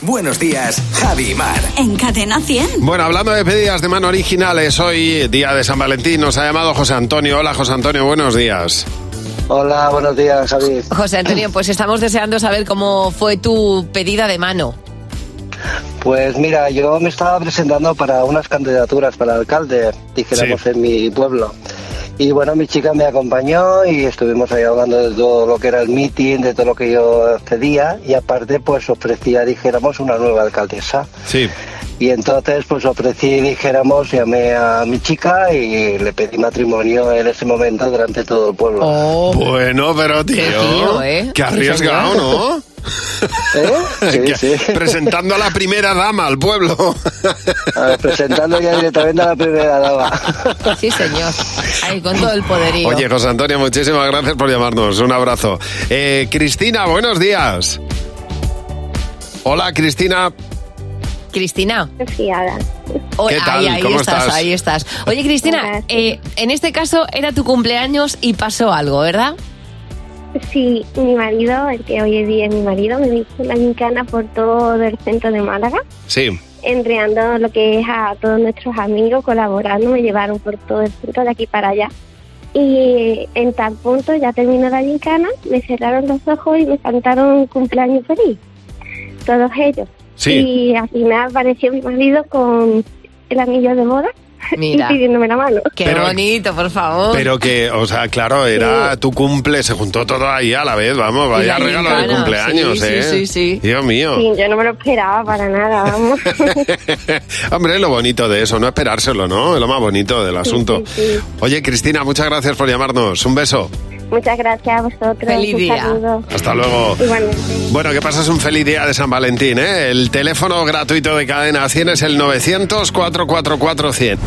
Speaker 3: Buenos días, Javi Mar.
Speaker 7: En Cadena 100.
Speaker 3: Bueno, hablando de pedidas de mano originales, hoy día de San Valentín nos ha llamado José Antonio. Hola, José Antonio, buenos días.
Speaker 16: Hola, buenos días, Javier.
Speaker 4: José Antonio, pues estamos deseando saber cómo fue tu pedida de mano.
Speaker 16: Pues mira, yo me estaba presentando para unas candidaturas para alcalde, dijéramos en mi pueblo. Y bueno, mi chica me acompañó y estuvimos ahí hablando de todo lo que era el mitin, de todo lo que yo cedía y aparte pues ofrecía, dijéramos, una nueva alcaldesa.
Speaker 3: Sí.
Speaker 16: Y entonces pues ofrecí, dijéramos, llamé a mi chica y le pedí matrimonio en ese momento durante todo el pueblo.
Speaker 3: Oh. Bueno, pero tío,
Speaker 16: Qué tío, ¿eh?
Speaker 3: qué arriesgado,
Speaker 16: Sí,
Speaker 3: ¿no?
Speaker 16: señor.
Speaker 3: [laughs]
Speaker 16: ¿Eh? Sí,
Speaker 3: Que-
Speaker 16: sí.
Speaker 3: Presentando a la primera dama
Speaker 4: [laughs]
Speaker 3: al pueblo.
Speaker 16: Presentando ya directamente a la primera dama.
Speaker 4: Sí, señor. Ahí, con todo el poderío.
Speaker 3: Oye, José Antonio, muchísimas gracias por llamarnos. Un abrazo. Eh, Cristina, buenos días. Hola, Cristina.
Speaker 4: Cristina.
Speaker 3: ¿Qué tal?
Speaker 4: Ahí, ahí
Speaker 3: ¿Cómo
Speaker 4: estás,
Speaker 3: estás?
Speaker 4: ahí estás. Oye, Cristina, eh, en este caso era tu cumpleaños y pasó algo, ¿verdad?
Speaker 17: Sí, mi marido, el que hoy en día es mi marido, me dijo la gincana por todo el centro de Málaga.
Speaker 3: Sí.
Speaker 17: enreando lo que es a todos nuestros amigos, colaborando, me llevaron por todo el centro de aquí para allá. Y en tal punto ya terminó la gincana, me cerraron los ojos y me cantaron cumpleaños feliz, todos ellos.
Speaker 3: Sí.
Speaker 17: Y al final apareció mi marido con el anillo de boda [laughs]
Speaker 4: Mira.
Speaker 17: y pidiéndome la mano.
Speaker 4: Qué bonito, por favor.
Speaker 3: Pero que, o sea, claro, era tu cumple, se juntó todo ahí a la vez, vamos,
Speaker 17: Y
Speaker 3: vaya
Speaker 17: la
Speaker 3: regalo de
Speaker 17: gincana,
Speaker 3: cumpleaños,
Speaker 17: sí, sí,
Speaker 3: ¿eh?
Speaker 17: sí, sí.
Speaker 3: Dios mío.
Speaker 17: Sí, yo no me lo esperaba para nada, vamos.
Speaker 3: [laughs] Hombre, lo bonito de eso, no esperárselo, ¿no? Es lo más bonito del asunto.
Speaker 17: Sí, sí.
Speaker 3: Oye, Cristina, muchas gracias por llamarnos. Un beso.
Speaker 17: Muchas gracias a vosotros.
Speaker 4: Feliz
Speaker 17: un
Speaker 4: día.
Speaker 17: saludo.
Speaker 3: Hasta luego.
Speaker 17: Igualmente.
Speaker 3: Bueno, que pasas un feliz día de San Valentín, ¿eh? El teléfono gratuito de Cadena 100 es el 900-444-100.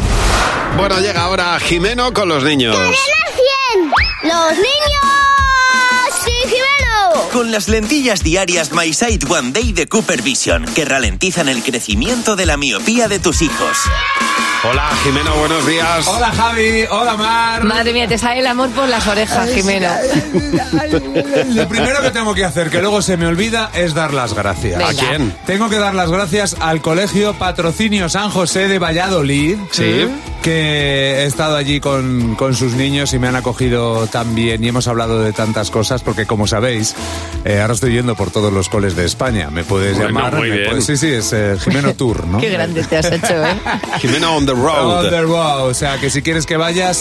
Speaker 3: Bueno, llega ahora Jimeno con los niños.
Speaker 1: ¡Los niños! ¡Sí, Jimeno!
Speaker 21: Con las lentillas diarias My Sight One Day de Cooper Vision, que ralentizan el crecimiento de la miopía de tus hijos.
Speaker 3: Hola, Jimeno, buenos días.
Speaker 13: Hola Javi, hola Mar.
Speaker 4: Madre mía, te sale el amor por las orejas, Jimena.
Speaker 13: [laughs] Lo primero que tengo que hacer, que luego se me olvida, es dar las gracias.
Speaker 4: Venga. ¿A quién?
Speaker 13: Tengo que dar las gracias al Colegio Patrocinio San José de Valladolid. ¿eh?
Speaker 3: Sí.
Speaker 13: Que he estado allí con, con sus niños y me han acogido tan bien y hemos hablado de tantas cosas porque, como sabéis, eh, ahora estoy yendo por todos los coles de España. Me puedes
Speaker 3: Bueno,
Speaker 13: llamar.
Speaker 3: muy
Speaker 13: me
Speaker 3: bien.
Speaker 13: puedes- sí, sí, es eh, Jimeno Tour, ¿no?
Speaker 4: Qué grande te has hecho, ¿eh?
Speaker 3: Jimeno on the road.
Speaker 13: On the road. O sea, que si quieres que vaya,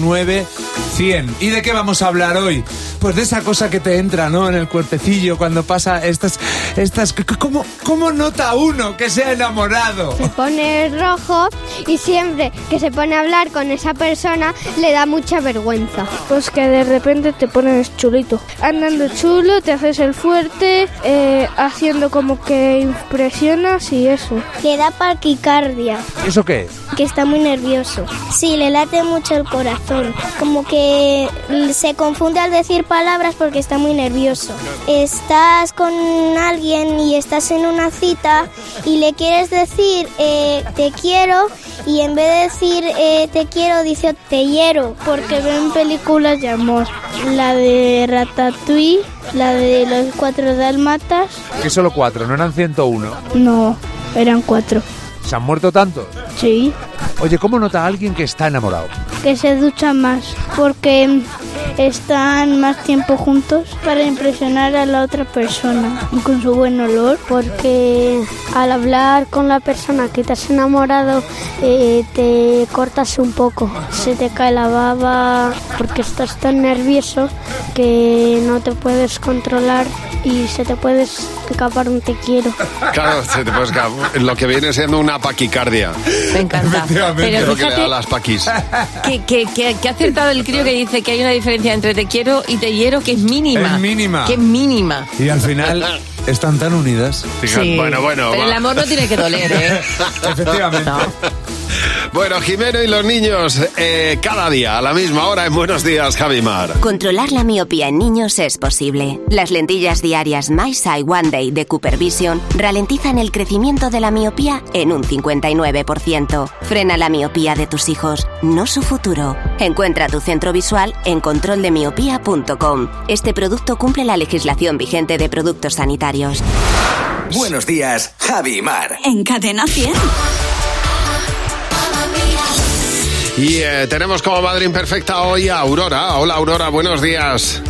Speaker 13: 607-449-100. ¿Y de qué vamos a hablar hoy? Pues de esa cosa que te entra, ¿no? En el cuerpecillo cuando pasa estas... estas c- c- ¿cómo, ¿Cómo nota uno que se ha enamorado?
Speaker 31: Se pone rojo y siempre que se pone a hablar con esa persona le da mucha vergüenza. Pues que de repente te pones chulito. Andando chulo, te haces el fuerte, eh, haciendo como que impresionas y eso. Le da parquicardia.
Speaker 13: [laughs] ¿Eso qué es?
Speaker 31: Que está muy nervioso. Sí, le late mucho el corazón. Como que se confunde al decir palabras porque está muy nervioso. Estás con alguien y estás en una cita y le quieres decir eh, te quiero y en vez de decir eh, te quiero dice te hiero porque ven películas de amor. La de Ratatouille, la de los cuatro dálmatas.
Speaker 13: Que solo cuatro, no eran 101.
Speaker 31: No, eran cuatro.
Speaker 13: ¿Se han muerto tantos?
Speaker 31: Sí.
Speaker 13: Oye, ¿cómo nota alguien que está enamorado?
Speaker 31: que se duchan más porque están más tiempo juntos para impresionar a la otra persona y con su buen olor porque al hablar con la persona que te has enamorado eh, te cortas un poco se te cae la baba porque estás tan nervioso que no te puedes controlar y se te puede escapar un te quiero
Speaker 3: Claro, se te puede escapar. lo que viene siendo una paquicardia.
Speaker 4: Me encanta.
Speaker 3: Es
Speaker 4: Pero
Speaker 3: lo que le da
Speaker 4: fíjate
Speaker 3: a las paquis.
Speaker 4: que, que, que- que ha acertado el crío que dice que hay una diferencia entre te quiero y te hiero que es mínima.
Speaker 13: Es mínima.
Speaker 4: Que es mínima.
Speaker 13: Y al final están tan unidas.
Speaker 4: Sí. Pero el amor no tiene que doler, ¿eh?
Speaker 13: Efectivamente.
Speaker 3: [laughs] Bueno, Jimeno y los niños, eh, cada día a la misma hora en Buenos Días, Javimar.
Speaker 15: Controlar la miopía en niños es posible. Las lentillas diarias My Sight One Day de Cooper Vision ralentizan el crecimiento de la miopía en un 59%. Frena la miopía de tus hijos, no su futuro. Encuentra tu centro visual en controldemiopía.com. Este producto cumple la legislación vigente de productos sanitarios.
Speaker 25: Buenos días, Javi y Mar.
Speaker 7: En cadena 100.
Speaker 3: Y eh, tenemos como madre imperfecta hoy a Aurora. Hola, Aurora, buenos días.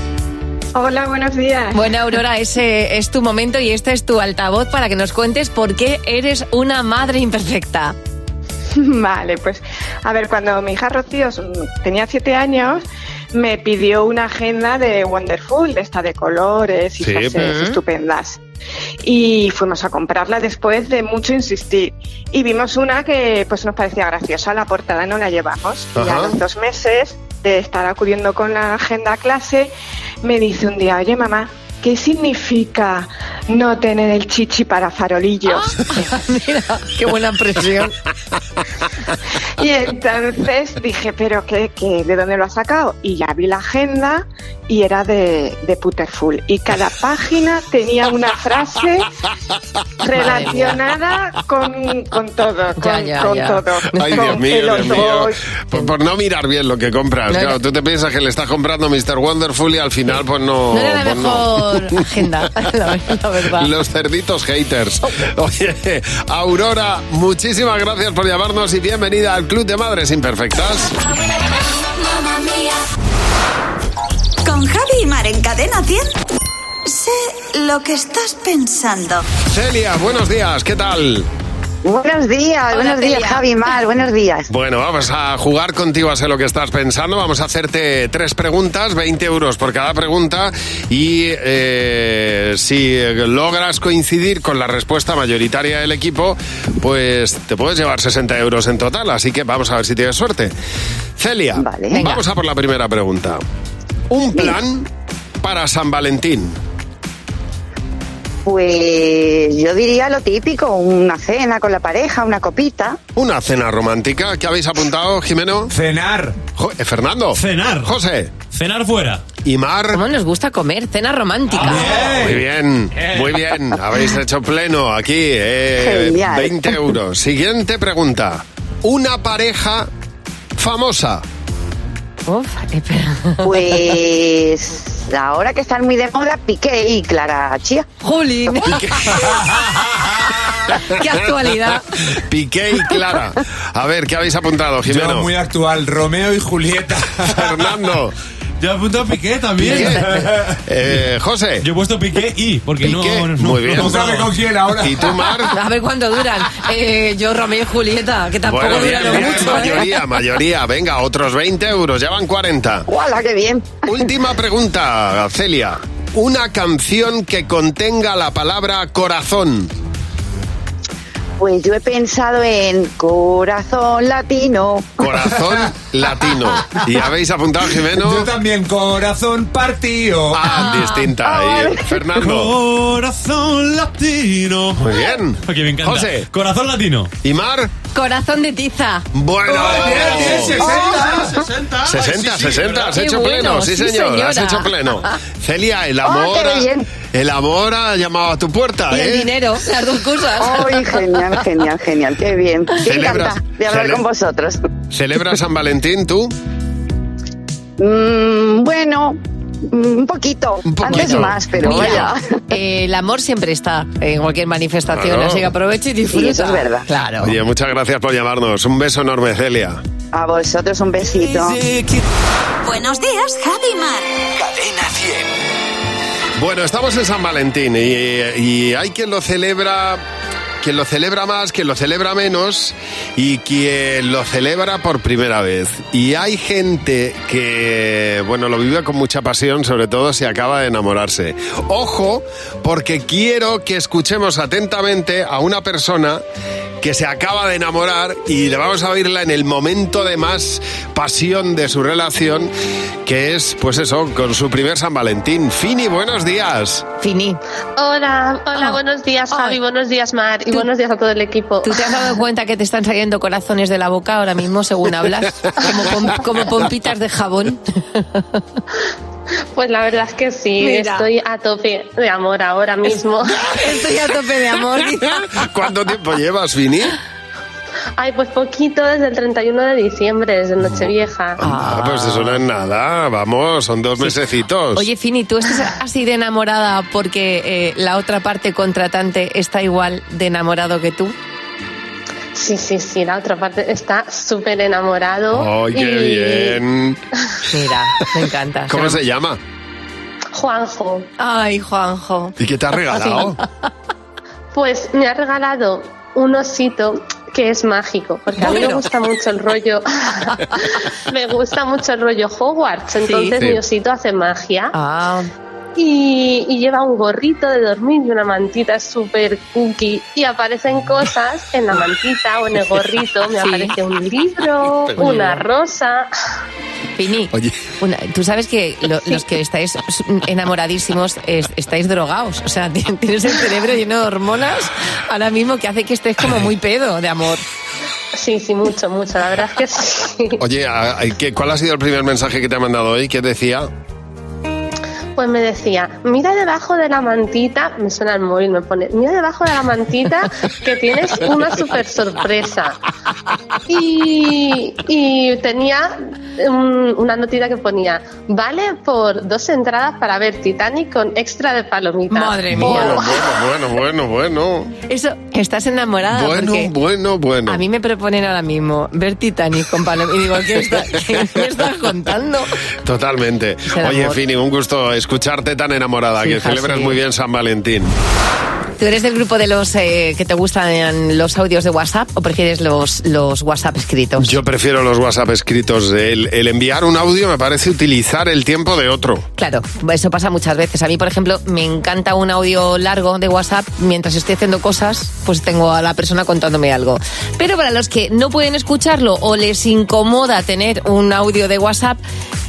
Speaker 4: Hola, buenos días. Bueno, Aurora, ese es tu momento y este es tu altavoz para que nos cuentes por qué eres una madre imperfecta. [laughs]
Speaker 18: [laughs] Vale, pues a ver, cuando mi hija Rocío mm, tenía siete años, me pidió una agenda de Wonderful, de esta de colores y
Speaker 19: Sí,
Speaker 18: frases
Speaker 19: ¿eh?
Speaker 18: estupendas. Y fuimos a comprarla después de mucho insistir. Y vimos una que pues nos parecía graciosa, la portada no la llevamos. Y a
Speaker 19: Ajá.
Speaker 18: los dos meses de estar acudiendo con la agenda a clase, me dice un día, oye mamá, ¿qué significa no tener el
Speaker 19: Ah.
Speaker 18: [laughs] chichi para farolillos?
Speaker 3: [laughs]
Speaker 4: Mira, qué buena impresión.
Speaker 18: Y entonces dije, ¿pero qué, qué, de dónde lo has sacado? Y ya vi la agenda y era de, de Putterful. Y cada página tenía una frase relacionada con, con todo, con, con todo.
Speaker 3: Ay,
Speaker 18: Con
Speaker 3: Dios mío,
Speaker 18: el
Speaker 3: Dios mío.
Speaker 18: otoño.
Speaker 3: Por, por no mirar bien lo que compras.
Speaker 4: No
Speaker 3: claro,
Speaker 4: era-
Speaker 3: tú te piensas que le estás comprando Mr. Wonderful y al final, pues no.
Speaker 4: No era la
Speaker 3: pues no.
Speaker 4: mejor
Speaker 3: [laughs]
Speaker 4: agenda, [laughs] la, la verdad. Oh.
Speaker 3: Los cerditos haters. Oye, Aurora, muchísimas gracias por llamarnos y bienvenida al Club de Madres Imperfectas.
Speaker 7: Con Javi y Mar en Cadena 100. Sé lo que estás pensando.
Speaker 3: Celia, buenos días, ¿qué tal?
Speaker 2: Buenos días, buenos días, Javi Mar, buenos días.
Speaker 3: Bueno, vamos a jugar contigo a sé lo que estás pensando. Vamos a hacerte tres preguntas, 20 euros por cada pregunta. Y eh, si logras coincidir con la respuesta mayoritaria del equipo, pues te puedes llevar 60 euros en total. Así que vamos a ver si tienes suerte. Celia, vamos a por la primera pregunta. Un plan para San Valentín.
Speaker 2: Pues yo diría lo típico, una cena con la pareja, una copita.
Speaker 3: Una cena romántica. ¿Qué habéis apuntado, Jimeno? eh,
Speaker 13: Cenar.
Speaker 3: Fernando. Cenar. José.
Speaker 30: Cenar fuera.
Speaker 3: Y Mar.
Speaker 4: ¿Cómo nos gusta comer? Cena romántica.
Speaker 3: Muy bien, muy bien. Habéis hecho pleno aquí. eh,
Speaker 4: Genial.
Speaker 3: 20 euros. Siguiente pregunta. Una pareja famosa.
Speaker 4: Uf, espera.
Speaker 2: Pues ahora que están muy de moda, Piqué y Clara Chía.
Speaker 4: ¡Jolín! [laughs] ¡Qué actualidad!
Speaker 3: [laughs] Piqué y Clara. A ver, ¿qué habéis apuntado, Jimeno?
Speaker 13: Yo muy actual, Romeo y
Speaker 3: [laughs]
Speaker 13: Julieta.
Speaker 3: Fernando.
Speaker 13: Yo he apuntado Piqué
Speaker 30: también. [laughs]
Speaker 13: [laughs]
Speaker 3: Eh, José.
Speaker 30: Yo he puesto Piqué y, porque no, no-
Speaker 3: Muy bien.
Speaker 30: no sabe con quién ahora.
Speaker 3: ¿Y tú, Mar?
Speaker 4: A ver cuánto duran. Eh, yo, Romeo y Julieta, que [laughs] tampoco
Speaker 3: Bueno, bien,
Speaker 4: duran lo
Speaker 3: bien,
Speaker 4: mucho. ¿eh?
Speaker 3: mayoría, mayoría. Venga, otros 20 euros, ya van 40.
Speaker 2: ¡Hala, qué bien!
Speaker 3: Última pregunta, Celia. Una canción que contenga la palabra corazón.
Speaker 2: Pues yo he pensado en corazón latino.
Speaker 3: Corazón latino. Y habéis apuntado, Jimeno.
Speaker 13: Yo también, corazón partido.
Speaker 3: Ah, distinta. Y Fernando.
Speaker 30: Corazón latino.
Speaker 3: Muy bien.
Speaker 30: Ok, me encanta.
Speaker 3: José.
Speaker 30: Corazón latino.
Speaker 3: ¿Y Mar?
Speaker 4: Corazón de tiza.
Speaker 3: Bueno.
Speaker 4: Oh.
Speaker 30: bien, bien,
Speaker 13: 60,
Speaker 4: Ah,
Speaker 30: 60.
Speaker 3: 60, 60, has
Speaker 4: Qué
Speaker 3: hecho
Speaker 4: bueno,
Speaker 3: pleno, sí
Speaker 4: sí,
Speaker 3: señor, has
Speaker 4: señora. Oh,
Speaker 3: hecho
Speaker 4: [laughs]
Speaker 3: pleno. Celia, el amor,
Speaker 4: qué
Speaker 3: ha-
Speaker 4: bien.
Speaker 3: el amor ha llamado a tu [laughs] puerta,
Speaker 4: Y el
Speaker 3: ¿eh?
Speaker 4: dinero, las dos cosas.
Speaker 2: ¡Ay, genial, genial, genial! ¡Qué bien! ¡Qué
Speaker 3: Celebras-
Speaker 2: encanta de hablar
Speaker 3: cele-
Speaker 2: con vosotros!
Speaker 3: ¿Celebras San Valentín tú?
Speaker 2: Mm, bueno, mm, un poquito. Antes más, pero
Speaker 4: Mira,
Speaker 2: vaya.
Speaker 4: eh, el amor siempre está en cualquier manifestación,
Speaker 3: Claro.
Speaker 4: así que aprovecha y disfruta.
Speaker 2: Y eso es verdad.
Speaker 4: Claro.
Speaker 3: Oye, muchas gracias por llamarnos. Un beso enorme, Celia.
Speaker 2: A vosotros un besito.
Speaker 7: Buenos días, Javi Mar. Cadena 100.
Speaker 3: Bueno, estamos en San Valentín y, y hay quien lo celebra, quien lo celebra más, quien lo celebra menos y quien lo celebra por primera vez. Y hay gente que, bueno, lo vive con mucha pasión, sobre todo si acaba de enamorarse. Ojo, porque quiero que escuchemos atentamente a una persona que se acaba de enamorar y le vamos a oírla en el momento de más pasión de su relación, que es, pues eso, con su primer San Valentín. Fini, buenos días.
Speaker 4: Fini. Ah.
Speaker 19: Hola, hola, buenos días, Javi, buenos días, Mar, y buenos días a todo el equipo.
Speaker 4: ¿Tú te has dado cuenta que te están saliendo corazones de la boca ahora mismo
Speaker 19: [laughs]
Speaker 4: según hablas? Como, pom- como pompitas de jabón.
Speaker 19: Pues la verdad es que sí,
Speaker 4: Mira.
Speaker 19: estoy a tope de amor ahora mismo.
Speaker 4: [laughs] Estoy a tope de
Speaker 3: [laughs]
Speaker 4: amor. Ah.
Speaker 3: ¿Cuánto tiempo llevas, Fini?
Speaker 19: Ay, pues poquito, desde el 31 de diciembre, desde Nochevieja.
Speaker 3: Ah, pues eso no es nada, vamos, son dos mesecitos.
Speaker 4: Oye, Fini, ¿tú estás así de enamorada porque eh, la otra parte contratante está igual de enamorado que tú?
Speaker 19: Sí, sí, sí, la otra parte está súper enamorado.
Speaker 3: ¡Ay, qué
Speaker 19: y-
Speaker 4: eh,
Speaker 3: bien!
Speaker 4: Mira, me encanta.
Speaker 3: ¿Cómo se llama?
Speaker 19: Juanjo.
Speaker 4: Ay, Juanjo.
Speaker 3: ¿Y qué te ha regalado?
Speaker 19: Pues me ha regalado un osito que es mágico, porque a mí me
Speaker 4: Bueno.
Speaker 19: gusta mucho el
Speaker 4: [laughs]
Speaker 19: rollo, me gusta mucho el rollo Hogwarts, entonces
Speaker 4: Sí.
Speaker 19: mi osito hace magia
Speaker 4: Ah,
Speaker 19: y, y lleva un gorrito de dormir y una mantita súper cookie y aparecen cosas en la mantita o en
Speaker 4: [laughs]
Speaker 19: el gorrito, me
Speaker 4: Sí.
Speaker 19: aparece un libro,
Speaker 4: Pero-
Speaker 19: una rosa.
Speaker 4: Fini, una- tú sabes que lo-
Speaker 3: [laughs]
Speaker 4: los que estáis enamoradísimos es- estáis drogados. O sea, ti- tienes el cerebro lleno de hormonas ahora mismo que hace que estés como muy pedo de amor.
Speaker 19: Sí, sí, mucho, mucho. La verdad es que sí.
Speaker 3: Oye, ¿a- a- qué- ¿cuál ha sido el primer mensaje que te ha mandado hoy? ¿Qué decía?
Speaker 19: Pues me decía, mira debajo de la mantita, me suena el móvil, me pone, mira debajo de la mantita que tienes una super sorpresa. Y, y tenía un- una notita que ponía, vale por dos entradas para ver Titanic con extra de palomitas.
Speaker 4: Madre
Speaker 3: Bueno, bueno, bueno, bueno, bueno.
Speaker 4: Eso, estás enamorada.
Speaker 3: Bueno,
Speaker 4: porque
Speaker 3: bueno, bueno.
Speaker 4: Ah, A mí me proponen ahora mismo ver Titanic con Paloma. Y digo, ¿qué, está- [laughs] qué me estás contando?
Speaker 3: Totalmente.
Speaker 4: el
Speaker 3: Oye,
Speaker 4: amor.
Speaker 3: Fini, un gusto escucharte tan enamorada,
Speaker 4: Sí,
Speaker 3: que
Speaker 4: hija,
Speaker 3: celebras
Speaker 4: sí.
Speaker 3: muy bien San Valentín.
Speaker 4: ¿Tú eres del grupo de los eh, que te gustan los audios de WhatsApp o prefieres los, los WhatsApp escritos?
Speaker 3: Yo prefiero los WhatsApp escritos. El, el enviar un audio me parece utilizar el tiempo de otro.
Speaker 4: Claro, eso pasa muchas veces. A mí, por ejemplo, me encanta un audio largo de WhatsApp. Mientras estoy haciendo cosas, pues tengo a la persona contándome algo. Pero para los que no pueden escucharlo o les incomoda tener un audio de WhatsApp,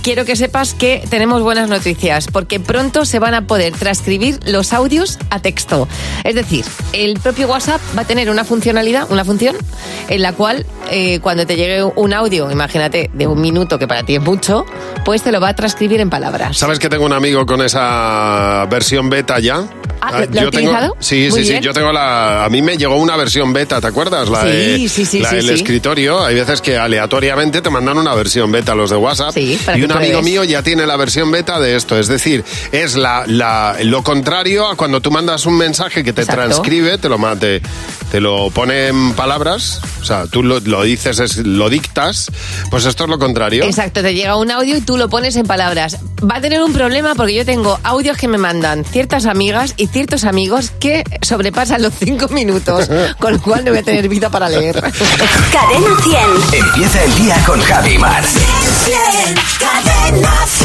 Speaker 4: quiero que sepas que tenemos buenas noticias, porque pronto se van a poder transcribir los audios a texto. Es decir, el propio WhatsApp va a tener una funcionalidad, una función, en la cual eh, cuando te llegue un audio, imagínate, de un minuto, que para ti es mucho, pues te lo va a transcribir en palabras.
Speaker 3: ¿Sabes que tengo un amigo con esa versión beta ya?
Speaker 4: Ah, ¿lo- lo
Speaker 3: yo
Speaker 4: has
Speaker 3: tengo,
Speaker 4: utilizado?
Speaker 3: sí,
Speaker 4: Muy
Speaker 3: sí, sí,
Speaker 4: bien.
Speaker 3: yo tengo la a mí me llegó una versión beta, ¿te acuerdas? La
Speaker 4: Sí,
Speaker 3: de-
Speaker 4: sí, sí,
Speaker 3: la
Speaker 4: sí,
Speaker 3: del
Speaker 4: sí.
Speaker 3: escritorio, hay veces que aleatoriamente te mandan una versión beta los de WhatsApp
Speaker 4: para
Speaker 3: y
Speaker 4: que
Speaker 3: un amigo
Speaker 4: pruebes.
Speaker 3: mío ya tiene la versión beta de esto, es decir, es la, la- lo contrario a cuando tú mandas un mensaje que te
Speaker 4: Exacto.
Speaker 3: transcribe, te lo ma- te, te lo pone en palabras, o sea, tú lo, lo dices, es- lo dictas, pues esto es lo contrario.
Speaker 4: Exacto, te llega un audio y tú lo pones en palabras. Va a tener un problema porque yo tengo audios que me mandan ciertas amigas y ciertos amigos que sobrepasan los cinco minutos, con lo cual no voy a tener vida para leer.
Speaker 7: Cadena 100.
Speaker 25: Empieza el día con Javi Mar.
Speaker 7: Cadena 100.